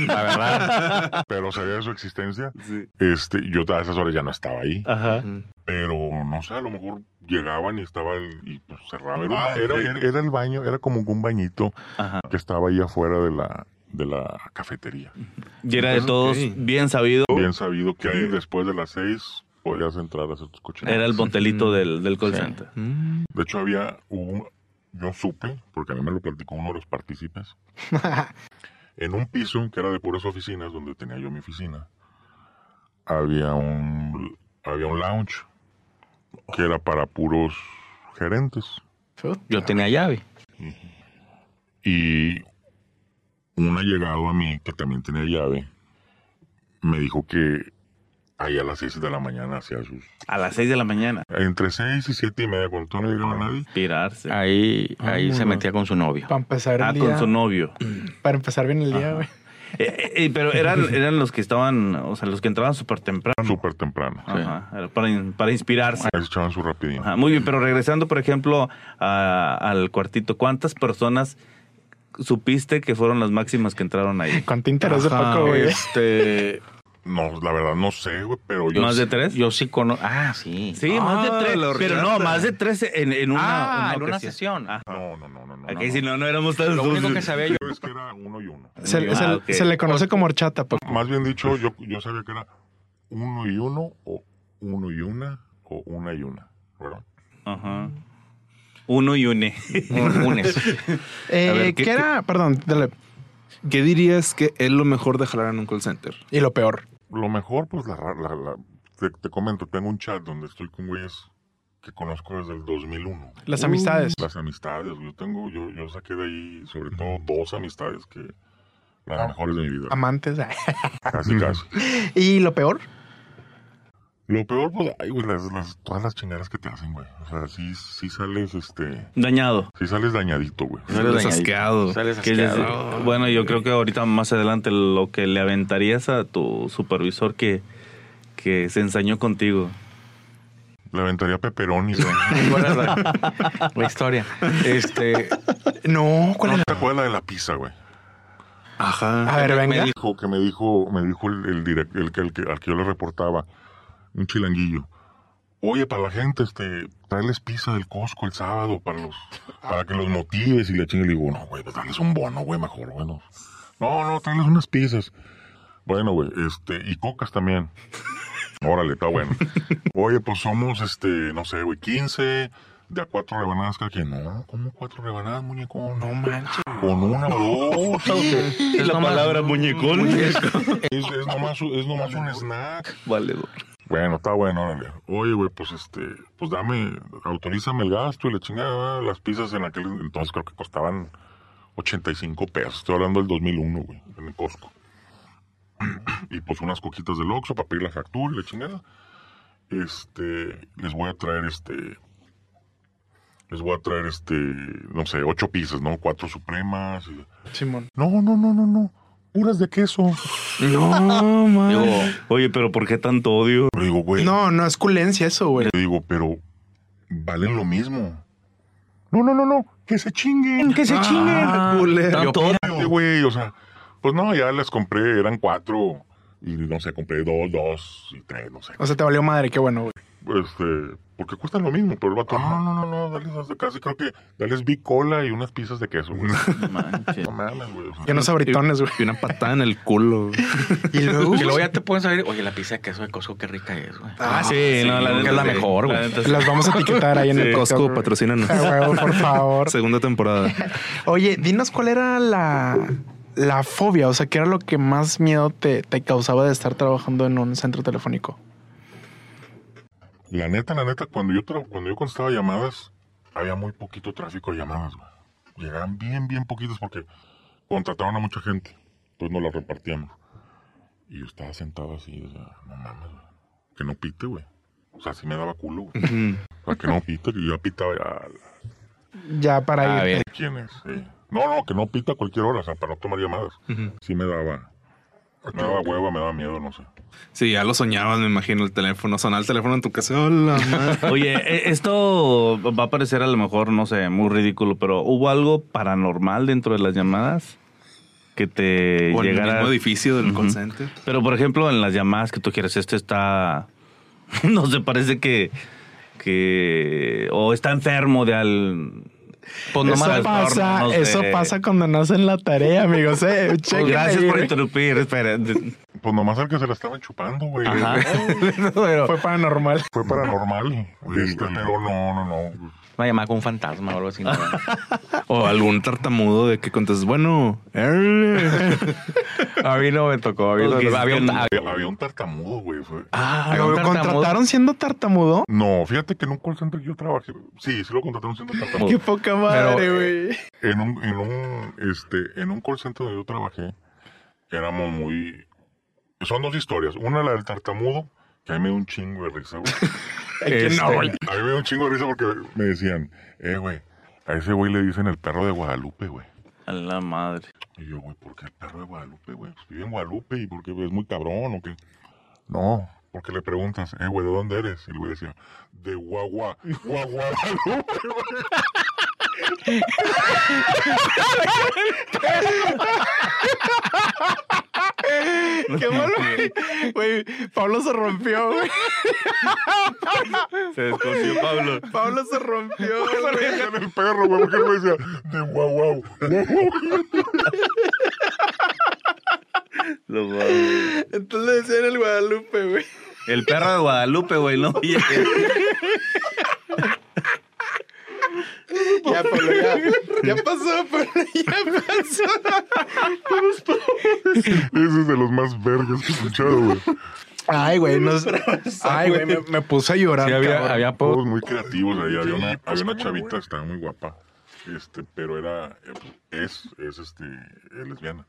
S3: La verdad.
S2: pero sabía de su existencia. Este, yo a esas horas ya no estaba ahí.
S5: Ajá.
S2: Pero no sé, a lo mejor llegaban y estaba el- y pues, cerraba. Era, era- era- era el baño, era como un bañito
S5: Ajá.
S2: que estaba ahí afuera de la, de la cafetería.
S5: Y era de todos
S4: Ok.
S5: bien sabido.
S2: Bien sabido que ahí después de las seis podías entrar a hacer tus cochinadas.
S5: Era el botelito del, del call
S3: Sí.
S5: center.
S4: Mm.
S2: De hecho, había un. Yo supe, porque a mí me lo platicó uno de los partícipes. en un piso que era de puras oficinas, donde tenía yo mi oficina, había un, había un lounge que era para puros gerentes.
S3: Yo tenía llave.
S2: Y un allegado a mí, que también tenía llave, me dijo que ahí a las 6 de la mañana hacía sus.
S5: A las 6 de la mañana.
S2: Entre 6 y 7 y media, cuando todavía no llegaba nadie.
S5: Pirarse.
S3: Ahí, ahí se
S1: Vámonos.
S3: metía con su novio.
S1: Para empezar el
S5: Ah,
S1: día.
S5: con su novio.
S3: Mm.
S1: Para empezar bien el día,
S5: Ajá.
S1: güey.
S5: Eh, eh, eh, pero eran, eran los que estaban, o sea, los que entraban súper temprano. Ah.
S2: Súper temprano.
S5: Ajá, era para, in- para inspirarse.
S2: Ahí se echaban su rapidín.
S5: Ajá, muy bien, pero regresando, por ejemplo, a- al cuartito, ¿cuántas personas supiste que fueron las máximas que entraron ahí?
S1: Cuánto interés de
S4: Ajá,
S1: Paco, güey.
S4: Este.
S2: No, la verdad no sé, güey, pero yo.
S5: ¿Más de tres?
S3: Yo sí conozco. Ah, sí.
S5: Sí,
S4: Ah,
S5: más de tres.
S4: la horchata.
S5: Pero no, más de tres en, en una,
S3: Ah,
S5: en
S3: en una sesión.
S5: Ah,
S2: No, no, no, no. no,
S5: ok,
S2: no,
S5: si
S2: no.
S5: no, no éramos tan
S3: Lo único que
S5: sucios.
S3: sabía yo.
S2: Yo es que era uno y uno.
S1: Se,
S5: Ah,
S1: se-
S5: ok.
S1: se le conoce como horchata, pues. Paco.
S2: Más bien dicho, yo, yo sabía que era uno y uno, o uno y una, o una y una. ¿verdad?
S5: Ajá. Uno y une.
S3: Unes.
S1: Eh,
S4: ver, ¿qué-
S1: ¿qué, era? Perdón, dale.
S4: ¿Qué dirías que es lo mejor de jalar en un call center?
S1: Y lo peor.
S2: Lo mejor, pues, la, ra- la- la- te, te comento, tengo un chat donde estoy con güeyes que conozco desde el 2001.
S1: Las amistades.
S2: Las amistades, yo tengo, yo, yo saqué de ahí, sobre todo, dos amistades que las mejores de mi vida.
S1: Amantes.
S2: Casi, casi.
S1: y lo peor.
S2: Lo peor, pues, ay, güey, las- las- todas las chingaderas que te hacen, güey. O sea, sí, sí sales, este,
S5: Dañado.
S2: sí sales dañadito, güey.
S4: Sales
S3: dañadito.
S4: asqueado.
S3: Sales
S5: Que les-
S3: asqueado.
S5: bueno, yo creo que ahorita más adelante lo que le aventarías a tu supervisor que, que se ensañó contigo.
S2: Le aventaría peperoni, güey.
S3: ¿Cuál era la, la historia? Este,
S1: No, ¿cuál es
S2: ¿Te acuerdas la de la pizza, güey?
S1: la-
S4: Ajá.
S3: Ah.
S1: A ver, venga.
S2: Dijo que me dijo, me dijo el, el direct- el que- el que- al que yo le reportaba, un chilanguillo. Oye, para la gente, este, traerles pizza del Costco el sábado para los, para que los motives y la chinga. Le digo, no, güey, pues dales un bono, güey, mejor, bueno. No, no, traerles unas pizzas. Bueno, güey, este, y cocas también. Órale, está bueno. Oye, pues somos, este, no sé, güey, 15, de a cuatro rebanadas cada quien. No, ¿cómo cuatro rebanadas, muñecón?
S1: No manches.
S2: Con una o dos.
S3: es nomás-
S5: muñecón.
S2: Es, es nomás, un- es nomás un snack.
S5: Vale.
S2: Bueno, está bueno, órale. Oye, güey, pues este, pues dame, autorízame el gasto y la chingada. Las pizzas en aquel entonces creo que costaban 85 pesos. Estoy hablando del 2001, güey, en el Costco. Y pues unas coquitas del Oxxo para pedir la factura y la chingada. Este, les voy a traer este, les voy a traer este, no sé, ocho pizzas, ¿no? Cuatro supremas. y-
S1: Simón.
S2: No, no, no, no, no. Puras de queso.
S4: No,
S3: Digo,
S4: man.
S5: Oye, pero ¿por qué tanto odio?
S2: Le digo, güey.
S1: No, no, es culencia eso, güey.
S2: Yo digo, pero valen lo mismo. No, no, no, no, que se chinguen.
S1: Ah,
S4: Que se chinguen. Culero.
S3: tanto odio.
S2: Ay, güey, o sea, pues no, ya las compré, eran cuatro. Y no sé, compré dos, dos y tres, no sé.
S1: O sea, te valió madre, qué bueno, güey.
S2: Este, porque cuestan lo mismo, pero el vato, no, no, no, no, dales las de casi, creo que dales bicola y unas piezas de queso, güey. No mames, güey. o sea,
S1: Y unos abritones, güey.
S4: Y una patada en el culo.
S1: Y luego.
S3: Que luego ya te pueden saber, oye, la pizza de queso de Costco, qué rica es, güey.
S5: Ah, sí, no, la
S3: creo
S5: neta
S3: que es la
S5: sí.
S3: mejor, güey.
S5: La neta sí.
S1: Las vamos a etiquetar ahí en el podcast,
S4: Costco,
S1: güey.
S4: patrocínanos.
S1: Ah, huevo, por favor.
S4: Segunda temporada.
S1: Oye, dinos cuál era la, la fobia, o sea, qué era lo que más miedo te, te causaba de estar trabajando en un centro telefónico.
S2: La neta, la neta, cuando yo, tra- cuando yo contestaba llamadas, había muy poquito tráfico de llamadas, güey. Llegaban bien, bien poquitos porque contrataban a mucha gente. Entonces nos las repartíamos. Y yo estaba sentado así, o sea, no mames, güey. Que no pite, güey. O sea, sí me daba culo, güey. O sea, que no pite, que yo pitaba ya.
S1: Ya para
S3: Ah,
S1: irte.
S3: bien.
S2: ¿Quién es? Sí. No, no, que no pita a cualquier hora, o sea, para no tomar llamadas. Sí me daba. Me daba hueva, me daba miedo, no sé.
S4: Sí, ya lo soñabas, me imagino, el teléfono. Sonaba el teléfono en tu casa. Hola, madre.
S5: Oye, e- esto va a parecer a lo mejor, no sé, muy ridículo, pero ¿hubo algo paranormal dentro de las llamadas? Que te
S4: O en el
S5: llegara...
S4: mismo edificio del call
S5: Ujú.
S4: center.
S5: Pero, por ejemplo, en las llamadas que tú quieres, este está... no se parece que... que... o está enfermo de al... Pues
S1: eso
S5: nomás-
S1: pasa,
S5: no sé.
S1: eso pasa cuando no hacen la tarea, amigos. eh.
S5: Pues
S1: Chéquenle
S5: gracias
S1: ahí,
S5: por
S1: güey.
S5: interrumpir, espera.
S2: Pues nomás al que se la estaban chupando, güey.
S5: Ajá. pues,
S1: Fue paranormal.
S2: Fue paranormal. Este, pero no, no, no.
S3: Una llamada con un fantasma o algo así. ¿no?
S4: O algún tartamudo de que contestas, bueno, erle".
S3: a mí no me tocó. a mí no-
S5: Ok, es
S3: había un-
S5: que-
S3: había-
S2: Había, había un tartamudo, güey. fue-
S3: Ah,
S1: ¿Lo
S3: un tartamudo.
S1: contrataron siendo tartamudo?
S2: No, fíjate que en un call center yo trabajé. Sí, sí lo contrataron siendo tartamudo.
S1: Qué poca madre,
S5: eh,
S1: güey.
S2: En un, en un, este, en un call center donde yo trabajé, éramos muy. Son dos historias. Una, la del tartamudo, que a mí me dio un chingo de risa, güey. Este,
S1: Aquí no, güey.
S2: A mí me dio un chingo de risa porque me decían, eh, güey, a ese güey le dicen el perro de Guadalupe, güey.
S5: A la madre.
S2: Y yo, güey, ¿por qué el perro de Guadalupe, güey? Pues vive en Guadalupe y porque es muy cabrón o qué. No, porque le preguntas, eh, güey, ¿de dónde eres? Y el güey decía, de Guagua, Guagua, Guadalupe, güey.
S1: Qué malo, güey. güey. Pablo se rompió, güey.
S5: Se descosió Pablo.
S1: Pablo se rompió,
S2: Le
S1: güey.
S2: decían el perro, güey, porque el güey decía, de Guagua, Guagua.
S1: Entonces le decían el Guadalupe, güey.
S5: El perro de Guadalupe, güey, ¿no? Oye,
S1: Ya, Ah, Pablo, ya. Ya pasó, Pablo, ya pasó.
S2: Ese es de los más vergas que he escuchado, güey.
S1: Ay, güey, nos... Ay, güey, me, me puse a llorar.
S3: Sí, había,
S1: cabrón.
S3: había po-
S2: Todos muy creativos ahí. Había una, había una chavita, estaba muy guapa. Este, pero era, es, es este, lesbiana.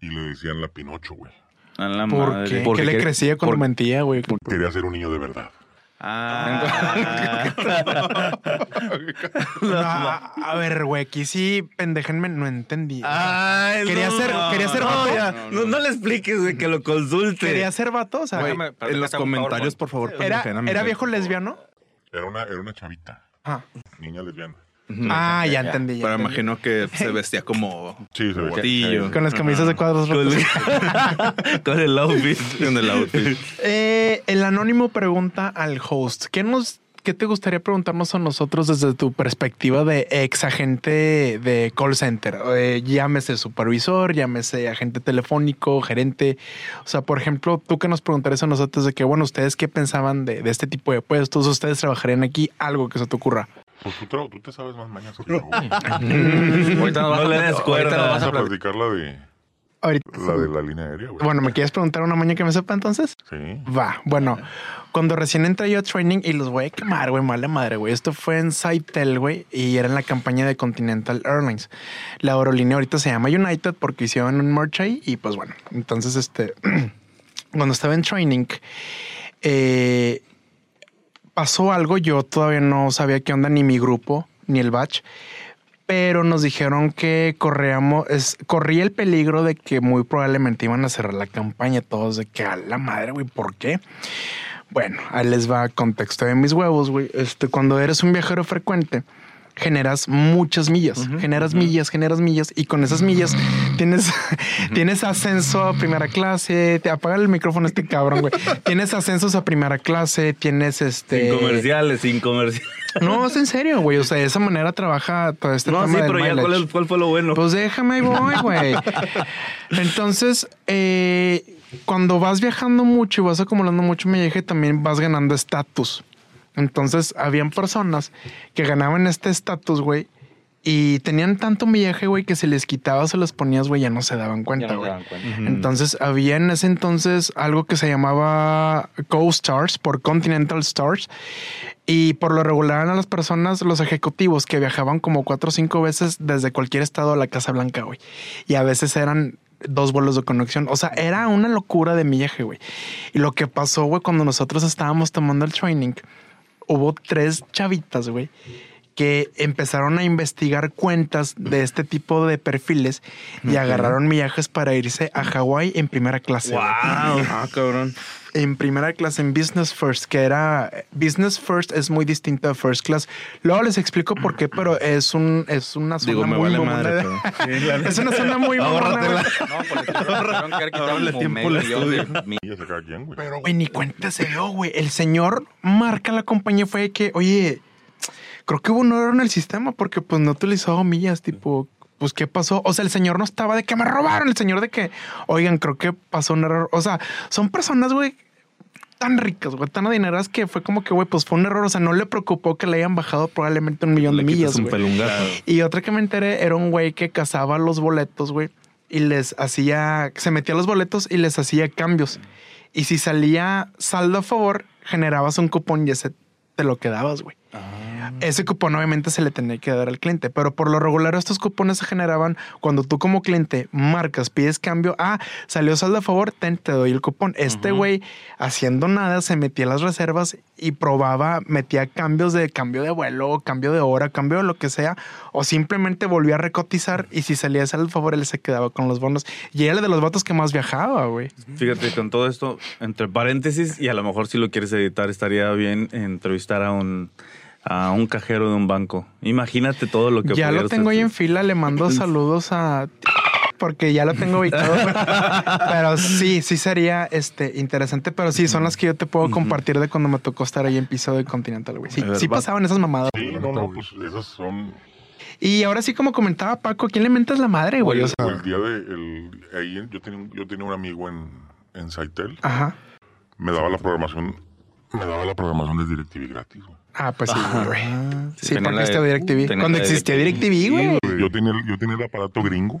S2: Y le decían la Pinocho, güey.
S5: A la
S1: ¿Por
S5: madre.
S1: qué?
S3: Porque
S1: ¿Qué le
S3: quer-
S1: crecía cuando
S3: por-
S1: mentía, güey?
S2: Quería ser un niño de verdad.
S5: Ah.
S1: No, a, a ver, güey, aquí sí, pendejenme, no entendí.
S5: Ay,
S1: Quería ser- quería ser
S5: no,
S1: vato.
S5: ya, no, no le expliques güey, que lo consulte.
S1: Quería ser vato, o sea,
S4: Güey,
S3: Déjame-
S4: en los
S3: déjame, por
S4: comentarios,
S3: favor,
S4: por favor,
S1: era,
S4: pendejéname.
S1: era viejo lesbiano.
S2: Era una, era una chavita,
S1: Ah,
S2: niña lesbiana.
S1: Ah, ya entendí. ya
S4: Pero
S1: entendí.
S4: imagino que se vestía como
S2: Sí, se veía.
S4: botillo.
S1: Con las camisas de cuadros
S5: con,
S1: rotos.
S5: el- con el outfit.
S4: En el outfit.
S1: Eh, el anónimo pregunta al host: ¿qué, nos, ¿Qué te gustaría preguntarnos a nosotros desde tu perspectiva de ex agente de call center? Eh, llámese supervisor, llámese agente telefónico, gerente. O sea, por ejemplo, tú que nos preguntarías a nosotros de que, bueno, ustedes qué pensaban de, de este tipo de puestos, ustedes trabajarían aquí, algo que se te ocurra.
S2: Pues tú, tra- tú te sabes más mañas que yo. güey.
S3: Ahorita nos vas
S5: No
S3: a-
S5: le des
S3: ahorita
S5: cuerda.
S3: nos vas
S2: Vas
S3: a
S2: a
S3: platicar.
S2: platicar la de,
S1: Ahorita.
S2: la de la línea aérea, güey.
S1: Bueno, ¿me quieres preguntar una maña que me sepa entonces?
S2: Sí.
S1: Va, bueno, cuando recién entré yo a training y los voy a quemar, güey, mala madre, güey. Esto fue en Saitel, güey, y era en la campaña de Continental Airlines. La aerolínea ahorita se llama United porque hicieron un merch ahí y pues bueno, entonces este, cuando estaba en training, eh, pasó algo, yo todavía no sabía qué onda ni mi grupo, ni el batch, pero nos dijeron que corríamos, es, corría el peligro de que muy probablemente iban a cerrar la campaña, todos de que a la madre, güey, ¿por qué? Bueno, ahí les va contexto de mis huevos, güey. Este, cuando eres un viajero frecuente, generas muchas millas, generas millas, generas millas y con esas millas tienes, tienes ascenso a primera clase, te apaga el micrófono este cabrón, güey. tienes ascensos a primera clase, tienes este...
S5: Sin comerciales, sin comerciales.
S1: No, es en serio, güey. O sea, de esa manera trabaja todo este
S5: No,
S1: tema
S5: sí,
S1: del
S5: pero ya, ¿cuál,
S1: mileage.
S5: es- cuál fue lo bueno?
S1: Pues déjame y voy, güey. Entonces, eh, cuando vas viajando mucho y vas acumulando mucho millaje, también vas ganando estatus. Entonces, habían personas que ganaban este estatus, güey, y tenían tanto millaje, güey, que si les quitabas o les ponías, güey, ya no se daban
S3: Ya
S1: cuenta,
S3: no se
S1: güey.
S3: daban cuenta.
S1: Entonces había en ese entonces algo que se llamaba Co-Stars por Continental Stars y por lo regular eran a las personas, los ejecutivos que viajaban como cuatro o cinco veces desde cualquier estado a la Casa Blanca, güey. Y a veces eran dos vuelos de conexión. O sea, era una locura de millaje, güey. Y lo que pasó, güey, cuando nosotros estábamos tomando el training, hubo tres chavitas, güey, que empezaron a investigar cuentas de este tipo de perfiles y agarraron millajes para irse a Hawái en primera clase.
S5: Ah, cabrón.
S1: En primera clase, en Business First, que era... Business First es muy distinto de First Class. Luego les explico por qué, pero es, un, es una zona
S4: Digo, me
S1: muy
S4: vale
S1: mamona
S4: madre,
S1: de-
S4: pero-
S1: es una zona muy mamona.
S3: No, por el tuvieron que haber quitado
S4: Ahorrale
S3: como
S4: tiempo
S3: medio
S4: al
S3: millón de mil-
S2: Y ya se cae quien, güey.
S1: Pero, güey, ni cuenta se dio, güey. El señor marca la compañía fue de que, oye, creo que hubo un error en el sistema porque pues no utilizó millas, tipo, pues qué pasó. O sea, el señor no estaba de que me robaron, el señor de que, oigan, creo que pasó un error. O sea, son personas, güey, tan ricas, güey, tan adineradas que fue como que, güey, pues fue un error. O sea, no le preocupó que le hayan bajado probablemente un millón
S4: Le
S1: de millas,
S4: quitas un
S1: güey.
S4: pelungazo.
S1: Y otra que me enteré era un güey que cazaba los boletos, güey. Y les hacía, se metía a los boletos y les hacía cambios. Y si salía saldo a favor, generabas un cupón y ese te lo quedabas, güey. Ese cupón obviamente se le tenía que dar al cliente, pero por lo regular estos cupones se generaban cuando tú como cliente marcas, pides cambio, ah, salió saldo a favor, ten, te doy el cupón. Este güey haciendo nada se metía a las reservas y probaba, metía cambios de cambio de vuelo, cambio de hora, cambio de lo que sea, o simplemente volvía a recotizar y si salía saldo a favor él se quedaba con los bonos. Y era de los vatos que más viajaba, güey.
S5: Pues, Fíjate, con todo esto, entre paréntesis, y a lo mejor si lo quieres editar, estaría bien entrevistar a un, a un cajero de un banco. Imagínate todo lo que
S1: Ya lo
S5: pudieras
S1: tengo ahí
S5: hacer.
S1: en fila, le mando saludos a ti, porque ya lo tengo ubicado. pero sí, sí sería este interesante, pero sí son las que yo te puedo compartir de cuando me tocó estar ahí en piso de Continental, güey. Sí,
S5: A ver,
S1: sí
S5: va.
S1: pasaban esas mamadas.
S2: Sí, no, no, pues esas son.
S1: Y ahora sí como comentaba Paco, ¿a ¿quién le mentas la madre, güey? O sea,
S2: o el día de. el- ahí en- yo, tenía, un- yo tenía un amigo en, en Saitel.
S1: ajá.
S2: Me daba la programación. Me daba la programación de DirecTV gratis, güey.
S1: Ah, pues sí, güey. Sí,
S3: Tenía
S1: porque
S3: la de-
S1: estaba DirecTV.
S3: tenía
S1: Cuando
S3: la de
S1: existía DirecTV, güey.
S2: Yo tenía, el- yo tenía el aparato gringo.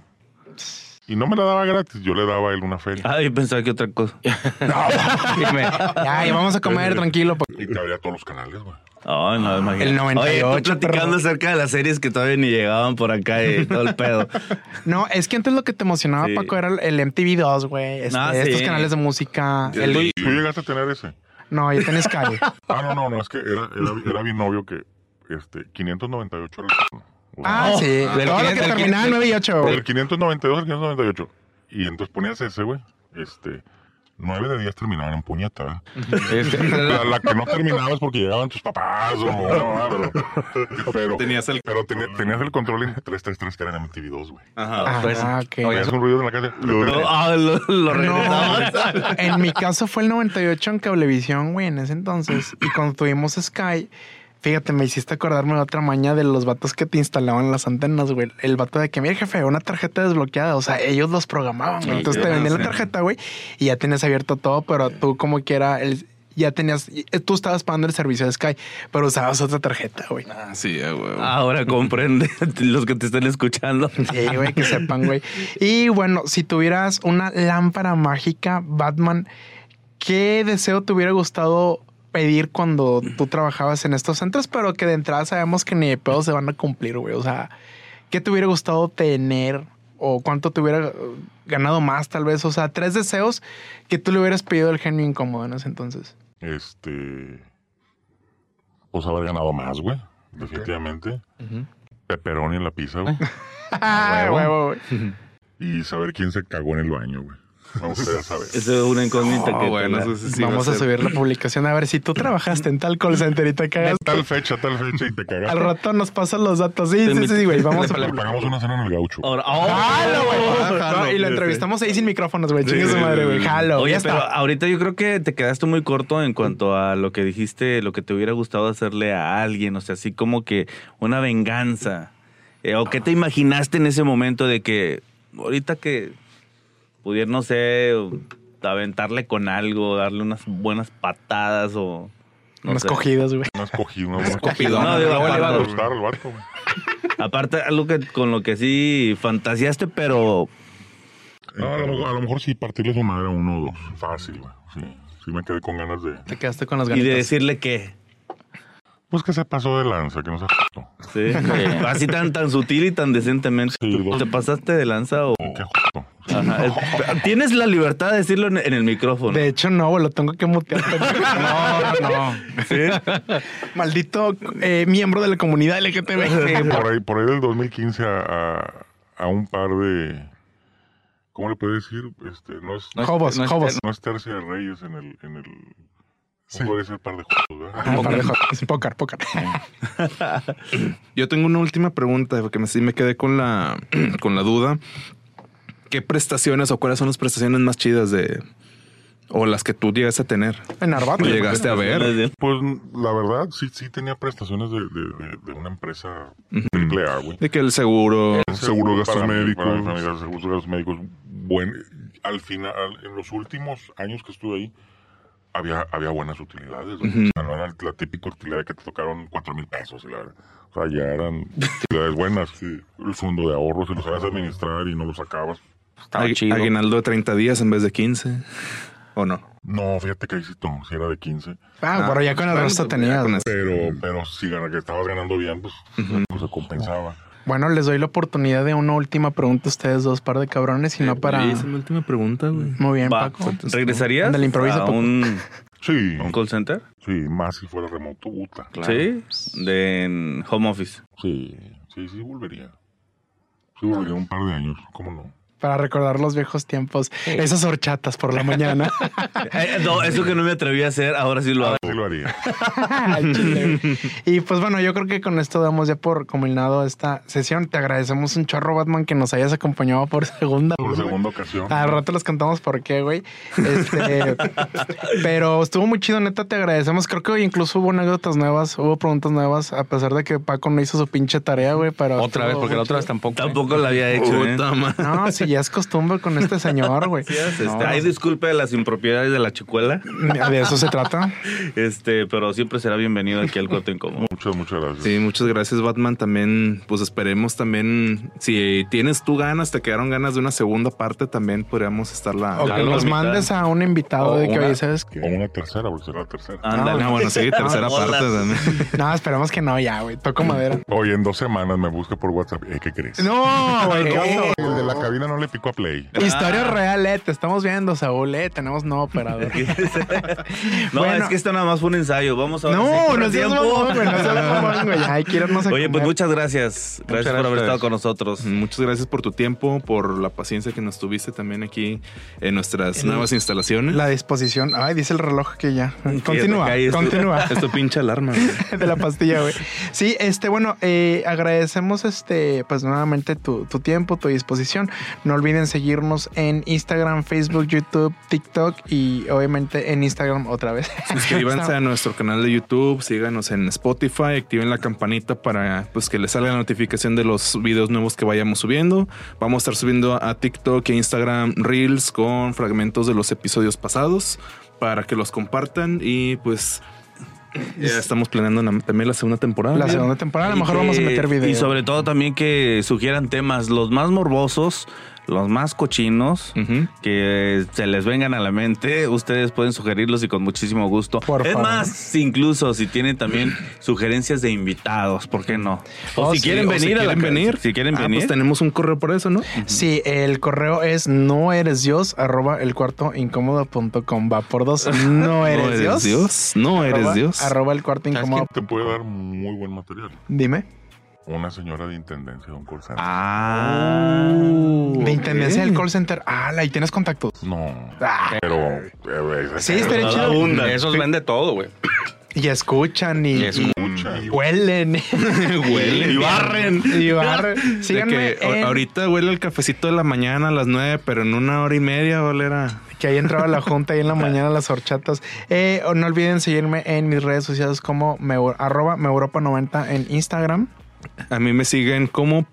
S2: Y no me la daba gratis, yo le daba a él una feria.
S5: Ah, yo pensaba que otra cosa.
S3: Dime,
S1: Ya, y vamos a comer tranquilo. pues. Paco.
S2: Y te abría todos los canales, güey.
S5: Ay, no, imagínate.
S1: El 98.
S6: Oye, tú
S1: perro.
S6: platicando acerca de las series que todavía ni llegaban por acá y todo el pedo.
S1: No, es que antes lo que te emocionaba,
S5: Sí.
S1: Paco, era el MTV2, güey. Este,
S5: Ah, sí.
S1: Estos canales de música. el-
S2: ¿Tú llegaste a tener ese?
S1: No, ya tenés calle.
S2: Ah, no, no, no, es que era, era, era bien novio que este, 598 era el...
S1: Ah, sí.
S3: Oh, del
S1: Todo lo
S3: quien-
S1: que
S3: del
S1: terminaba en
S3: quien-
S1: 9 y 8,
S2: Del
S1: güey.
S2: 592 al 598. Y entonces ponías ese, güey. Este, nueve de días terminaban en puñeta.
S3: este,
S2: La, la que no terminabas porque llegaban tus papás o no, pero, pero,
S4: Tenías el-
S2: pero tenías, tenías el control en 333 que era en MTV2, güey.
S1: Ah,
S3: pues,
S1: ok.
S3: oye,
S2: Tenías un ruido en la casa.
S5: Ah, lo,
S1: No,
S5: lo regresamos.
S1: en mi caso fue el 98 en Cablevisión, güey, en ese entonces. Y cuando tuvimos Sky, fíjate, me hiciste acordarme de otra maña de los vatos que te instalaban las antenas, güey. El vato de que, mira, jefe, una tarjeta desbloqueada. O sea, ellos los programaban, güey.
S5: Sí,
S1: Entonces te
S5: ya
S1: vendían la
S5: sé.
S1: tarjeta, güey, y ya tenías abierto todo, pero tú como que era el... Ya tenías, y- eh, tú estabas pagando el servicio de Sky, pero usabas otra tarjeta, güey.
S4: Ah, sí, ya, güey.
S5: Ahora comprende los que te están escuchando.
S1: Sí, güey, que sepan, güey. Y bueno, si tuvieras una lámpara mágica, Batman, ¿qué deseo te hubiera gustado pedir cuando tú trabajabas en estos centros? Pero que de entrada sabemos que ni de pedo se van a cumplir, güey. O sea, ¿qué te hubiera gustado tener? ¿O cuánto te hubiera eh, ganado más, tal vez? O sea, tres deseos que tú le hubieras pedido al genio incómodo en ese entonces.
S2: Este. Pues haber ganado más, güey. Definitivamente. Pepperoni en la pizza, güey.
S1: Ah, huevo, güey.
S2: Y saber quién se cagó en el baño, güey. Vamos a saber.
S5: Eso es una incógnita
S4: Ah,
S5: que...
S4: bueno,
S5: te la-
S4: eso sí va
S1: Vamos a
S4: ser-
S1: subir la publicación. A ver, si tú trabajaste en tal call center y te cagas,
S2: Tal fecha, tal fecha y te cagaste.
S1: al rato nos pasan los datos. Sí, sí, sí, güey. Vamos a
S2: Le pagamos una cena en el gaucho.
S5: Ahora, ¡Oh!
S1: Jalo, güey.
S4: Ah, jalo.
S1: No, y lo entrevistamos ahí sin micrófonos, güey. Chingue
S4: Sí,
S1: su madre, güey. Jalo.
S5: Oye,
S1: ya
S5: pero
S1: está.
S5: ahorita yo creo que te quedaste muy corto en cuanto a lo que dijiste, lo que te hubiera gustado hacerle a alguien, o sea, así como que una venganza. Eh, ¿O qué te imaginaste en ese momento de que ahorita que pudiera, no sé, aventarle con algo, darle unas buenas patadas o... No
S1: Unas
S5: sé.
S1: cogidas, güey.
S2: No escogí, no escogí.
S5: Copidón. No, digo,
S2: Le va a
S5: aparte-
S2: gustar al vato, güey.
S5: Aparte, algo que, con lo que sí fantaseaste, pero
S2: No, a lo, mejor- a lo mejor sí partirle su madre a uno o dos. Fácil, güey. Sí, sí me quedé con ganas de...
S1: Te quedaste con las
S5: y
S1: ganas.
S5: de decirle que...
S2: Pues que se pasó de lanza, que no se jodió.
S5: Así tan, tan sutil y tan decentemente.
S2: Sí,
S5: ¿Te pasaste de lanza o...?
S2: Qué jodió.
S5: Ajá. Es- Tienes la libertad de decirlo en, en el micrófono.
S1: De hecho, no, lo tengo que mutear. No, no, no. Maldito eh, miembro de la comunidad LGTB.
S2: por ahí, por ahí del 2015 a, a- a un par de. ¿Cómo le puedo decir? Este, no es, no,
S1: Jobos,
S3: no es-
S1: jobos.
S2: es tercia de reyes en el. En el ¿Cómo puede ser par de juegos? ¿verdad?
S1: Ah, para de jobos. Pócar, pócar.
S4: Yo tengo una última pregunta porque me, sí me quedé con la, con la duda. ¿Qué prestaciones o cuáles son las prestaciones más chidas de... o las que tú llegas a tener?
S1: En
S3: Ah,
S1: Arbato.
S4: ¿Tú llegaste a ver?
S2: Pues la verdad, sí, sí tenía prestaciones de, de, de- de una empresa triple A, güey.
S4: De que el seguro...
S2: Seguro gastos
S7: para mí,
S2: médicos.
S7: para mi familia,
S2: seguro gastos médicos. Buen, al final, en los últimos años que estuve ahí, había, había buenas utilidades. güey. O sea, no era la típica utilidad que te tocaron cuatro mil pesos. y la verdad. o sea, ya eran utilidades buenas. sí. El fondo de ahorros, si lo sabes administrar y no lo sacabas.
S3: Estaba
S4: agui-
S3: chido.
S4: Aguinaldo de 30 días en vez de 15. ¿O no?
S2: No, fíjate que ahí sí, no, sí era de 15.
S1: Ah, pero ya con el resto tenías.
S2: Pero, pero si gana- que estabas ganando bien, pues, pues, se compensaba.
S1: Bueno, les doy la oportunidad de una última pregunta a ustedes dos, par de cabrones, y no para...
S4: Oye, esa es mi última pregunta, güey.
S1: Muy Ah. bien,
S5: Va,
S1: Paco.
S5: ¿Regresarías
S1: Ándale, improvisa,
S5: a
S1: Paco.
S5: un,
S2: Sí,
S5: un call center?
S2: sí, más si fuera remoto, puta.
S5: Sí. De en home office.
S2: Sí, sí, sí, volvería. Sí, volvería un par de años, ¿cómo no?
S1: Para recordar los viejos tiempos. Esas horchatas por la mañana.
S5: Eh, no, eso que no me atreví a hacer, ahora sí
S1: Ah,
S5: lo hago.
S2: Sí lo haría.
S1: Al chile. y pues bueno, yo creo que con esto damos ya por combinado esta sesión. Te agradecemos un chorro, Batman, que nos hayas acompañado por segunda.
S2: Por
S1: vez, güey.
S2: segunda ocasión.
S1: Al rato les cantamos por qué, güey. Este, pero estuvo muy chido, neta, te agradecemos. Creo que hoy incluso hubo anécdotas nuevas, hubo preguntas nuevas, a pesar de que Paco no hizo su pinche tarea, güey. Pero
S3: Otra vez,
S1: estuvo
S3: porque la
S1: muy
S3: otra vez tampoco. ¿eh?
S5: Tampoco lo había hecho. ¿eh?
S4: Puta madre.
S1: chido. No, si ya es costumbre con este señor, güey.
S5: Este,
S1: No,
S5: Hay disculpa de las impropiedades de la chicuela,
S1: de eso se trata.
S5: este, pero siempre será bienvenido aquí al Coto Incómodo.
S2: Muchas, muchas gracias.
S4: Sí, muchas gracias Batman. También, pues esperemos también, si tienes tú ganas, te quedaron ganas de una segunda parte, también podríamos estarla...
S1: O
S5: Ya
S1: que
S5: lo
S1: nos
S5: mitad.
S1: mandes a un invitado
S2: O
S1: de que
S2: una-
S1: oye, ¿sabes
S2: O una tercera, Ah. porque será la tercera.
S3: Ah,
S5: Ándale.
S4: No, bueno, sí, tercera
S5: Hola.
S4: parte también.
S1: No, esperemos que no, ya, güey. Toco madera.
S2: Oye, en dos semanas me busca por WhatsApp. Eh, ¿Qué crees?
S1: No, güey. ¿qué onda, güey?
S2: El de la cabina no le picó a play.
S5: Ah.
S1: Historia real, eh. Te estamos viendo, Saúl, eh. Tenemos nuevo operador.
S5: No,
S1: Bueno.
S5: es que esto nada más fue un ensayo. Vamos a ver si
S1: no,
S5: corre
S1: no seas
S5: tiempo.
S1: mamón, güey. No seas mamón, güey. Ay, quiero irnos a
S5: Oye, pues
S1: comer.
S5: muchas gracias. Gracias
S3: Muchas
S5: por haber
S3: gracias.
S5: estado con nosotros.
S1: Mm.
S4: Muchas gracias por tu tiempo, por la paciencia que nos tuviste también aquí en nuestras nuevas instalaciones.
S1: La disposición. Ay, dice el reloj que ya.
S5: que
S1: Continúa,
S5: ahí estuvo.
S1: continúa.
S4: Esto pincha alarma. güey.
S1: de la pastilla, güey. Sí, este, bueno, eh, agradecemos este, pues nuevamente tu, tu tiempo, tu disposición. No olviden seguirnos en Instagram, Facebook, YouTube, TikTok y obviamente en Instagram otra vez.
S4: Suscríbanse a nuestro canal de YouTube, síganos en Spotify, activen la campanita para pues que les salga la notificación de los videos nuevos que vayamos subiendo. Vamos a estar subiendo a TikTok e Instagram Reels con fragmentos de los episodios pasados para que los compartan y pues ya estamos planeando na- también la segunda temporada.
S1: La segunda temporada, a lo
S5: Y
S1: mejor
S5: que-
S1: vamos a meter video.
S5: Y sobre todo también que sugieran temas los más morbosos, los más
S1: Mm.
S5: cochinos.
S4: Ujú.
S5: Que se les vengan a la mente, ustedes pueden sugerirlos y con muchísimo gusto.
S1: Por
S5: es
S1: favor.
S5: más, incluso si tienen también sugerencias de invitados, ¿por qué no? O
S4: Oh,
S5: si
S4: sí,
S5: quieren
S4: o
S5: venir,
S4: si
S5: a la
S4: quieren
S5: ca-
S4: venir.
S5: si quieren
S4: Ah,
S5: venir,
S4: pues tenemos un correo para eso, ¿no?
S1: Sí, el correo es no eres Dios, arroba el cuarto incómodo.com. Va por dos. No eres, Dios.
S4: No
S1: arroba-
S4: eres Dios.
S1: Arroba el cuarto
S2: ¿Sabes
S1: incómodo.
S2: quién te puede dar muy buen material?
S1: Dime.
S2: Una señora de intendencia de un call center.
S5: Ah,
S1: De intendencia del call center. Ah, la- y tienes contactos.
S2: No,
S1: Ah,
S2: pero... eh, eh,
S1: sí, estaría chido.
S3: Abundan. Esos vende todo, güey.
S1: Y escuchan y,
S3: Y
S2: escucha.
S1: y huelen.
S4: Huele.
S1: y barren. Y barren.
S4: De
S1: Síganme
S4: que o-
S1: en-
S4: ahorita huele el cafecito de la mañana a las nueve, pero en una hora y media va a oler a-
S1: que ahí entraba la junta y en la mañana las horchatas. Eh, o no olviden seguirme en mis redes sociales como Meu- arroba Meuropa90 en Instagram.
S4: A mí me siguen como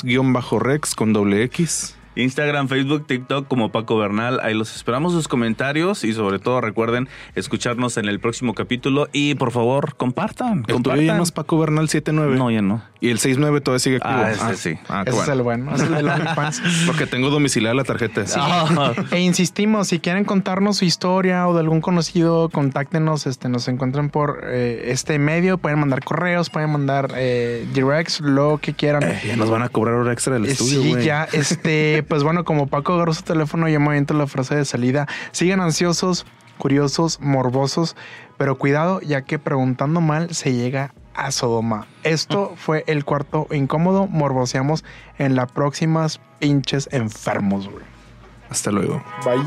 S4: Pablosaurus-Rex con doble X.
S5: Instagram, Facebook, TikTok como Paco Bernal. Ahí los esperamos sus comentarios y sobre todo recuerden escucharnos en el próximo capítulo y por favor compartan.
S4: El tuyo ya
S5: compartan.
S4: no es Paco Bernal 79.
S5: No, ya no.
S4: Y el 69 todavía sigue activo.
S5: Ah,
S1: este
S5: ese sí.
S4: ah, qué
S1: Ese es
S4: bueno.
S1: el bueno. ese es el de OnlyFans.
S4: Porque tengo domiciliada la tarjeta.
S5: Ah,
S1: E insistimos, si quieren contarnos su historia o de algún conocido, contáctenos, este, nos encuentran por eh, este medio, pueden mandar correos, pueden mandar eh, directs, lo que quieran.
S4: Ya nos van a cobrar hora extra del
S1: Eh,
S4: estudio,
S1: sí,
S4: güey.
S1: ya, este, Eh, pues bueno, como Paco agarró su teléfono, yo me aviento la frase de salida. Sigan ansiosos, curiosos, morbosos, pero cuidado, ya que preguntando mal se llega a Sodoma. Esto fue el cuarto incómodo. Morboseamos en las próximas pinches enfermos, güey.
S4: Hasta luego.
S1: Bye.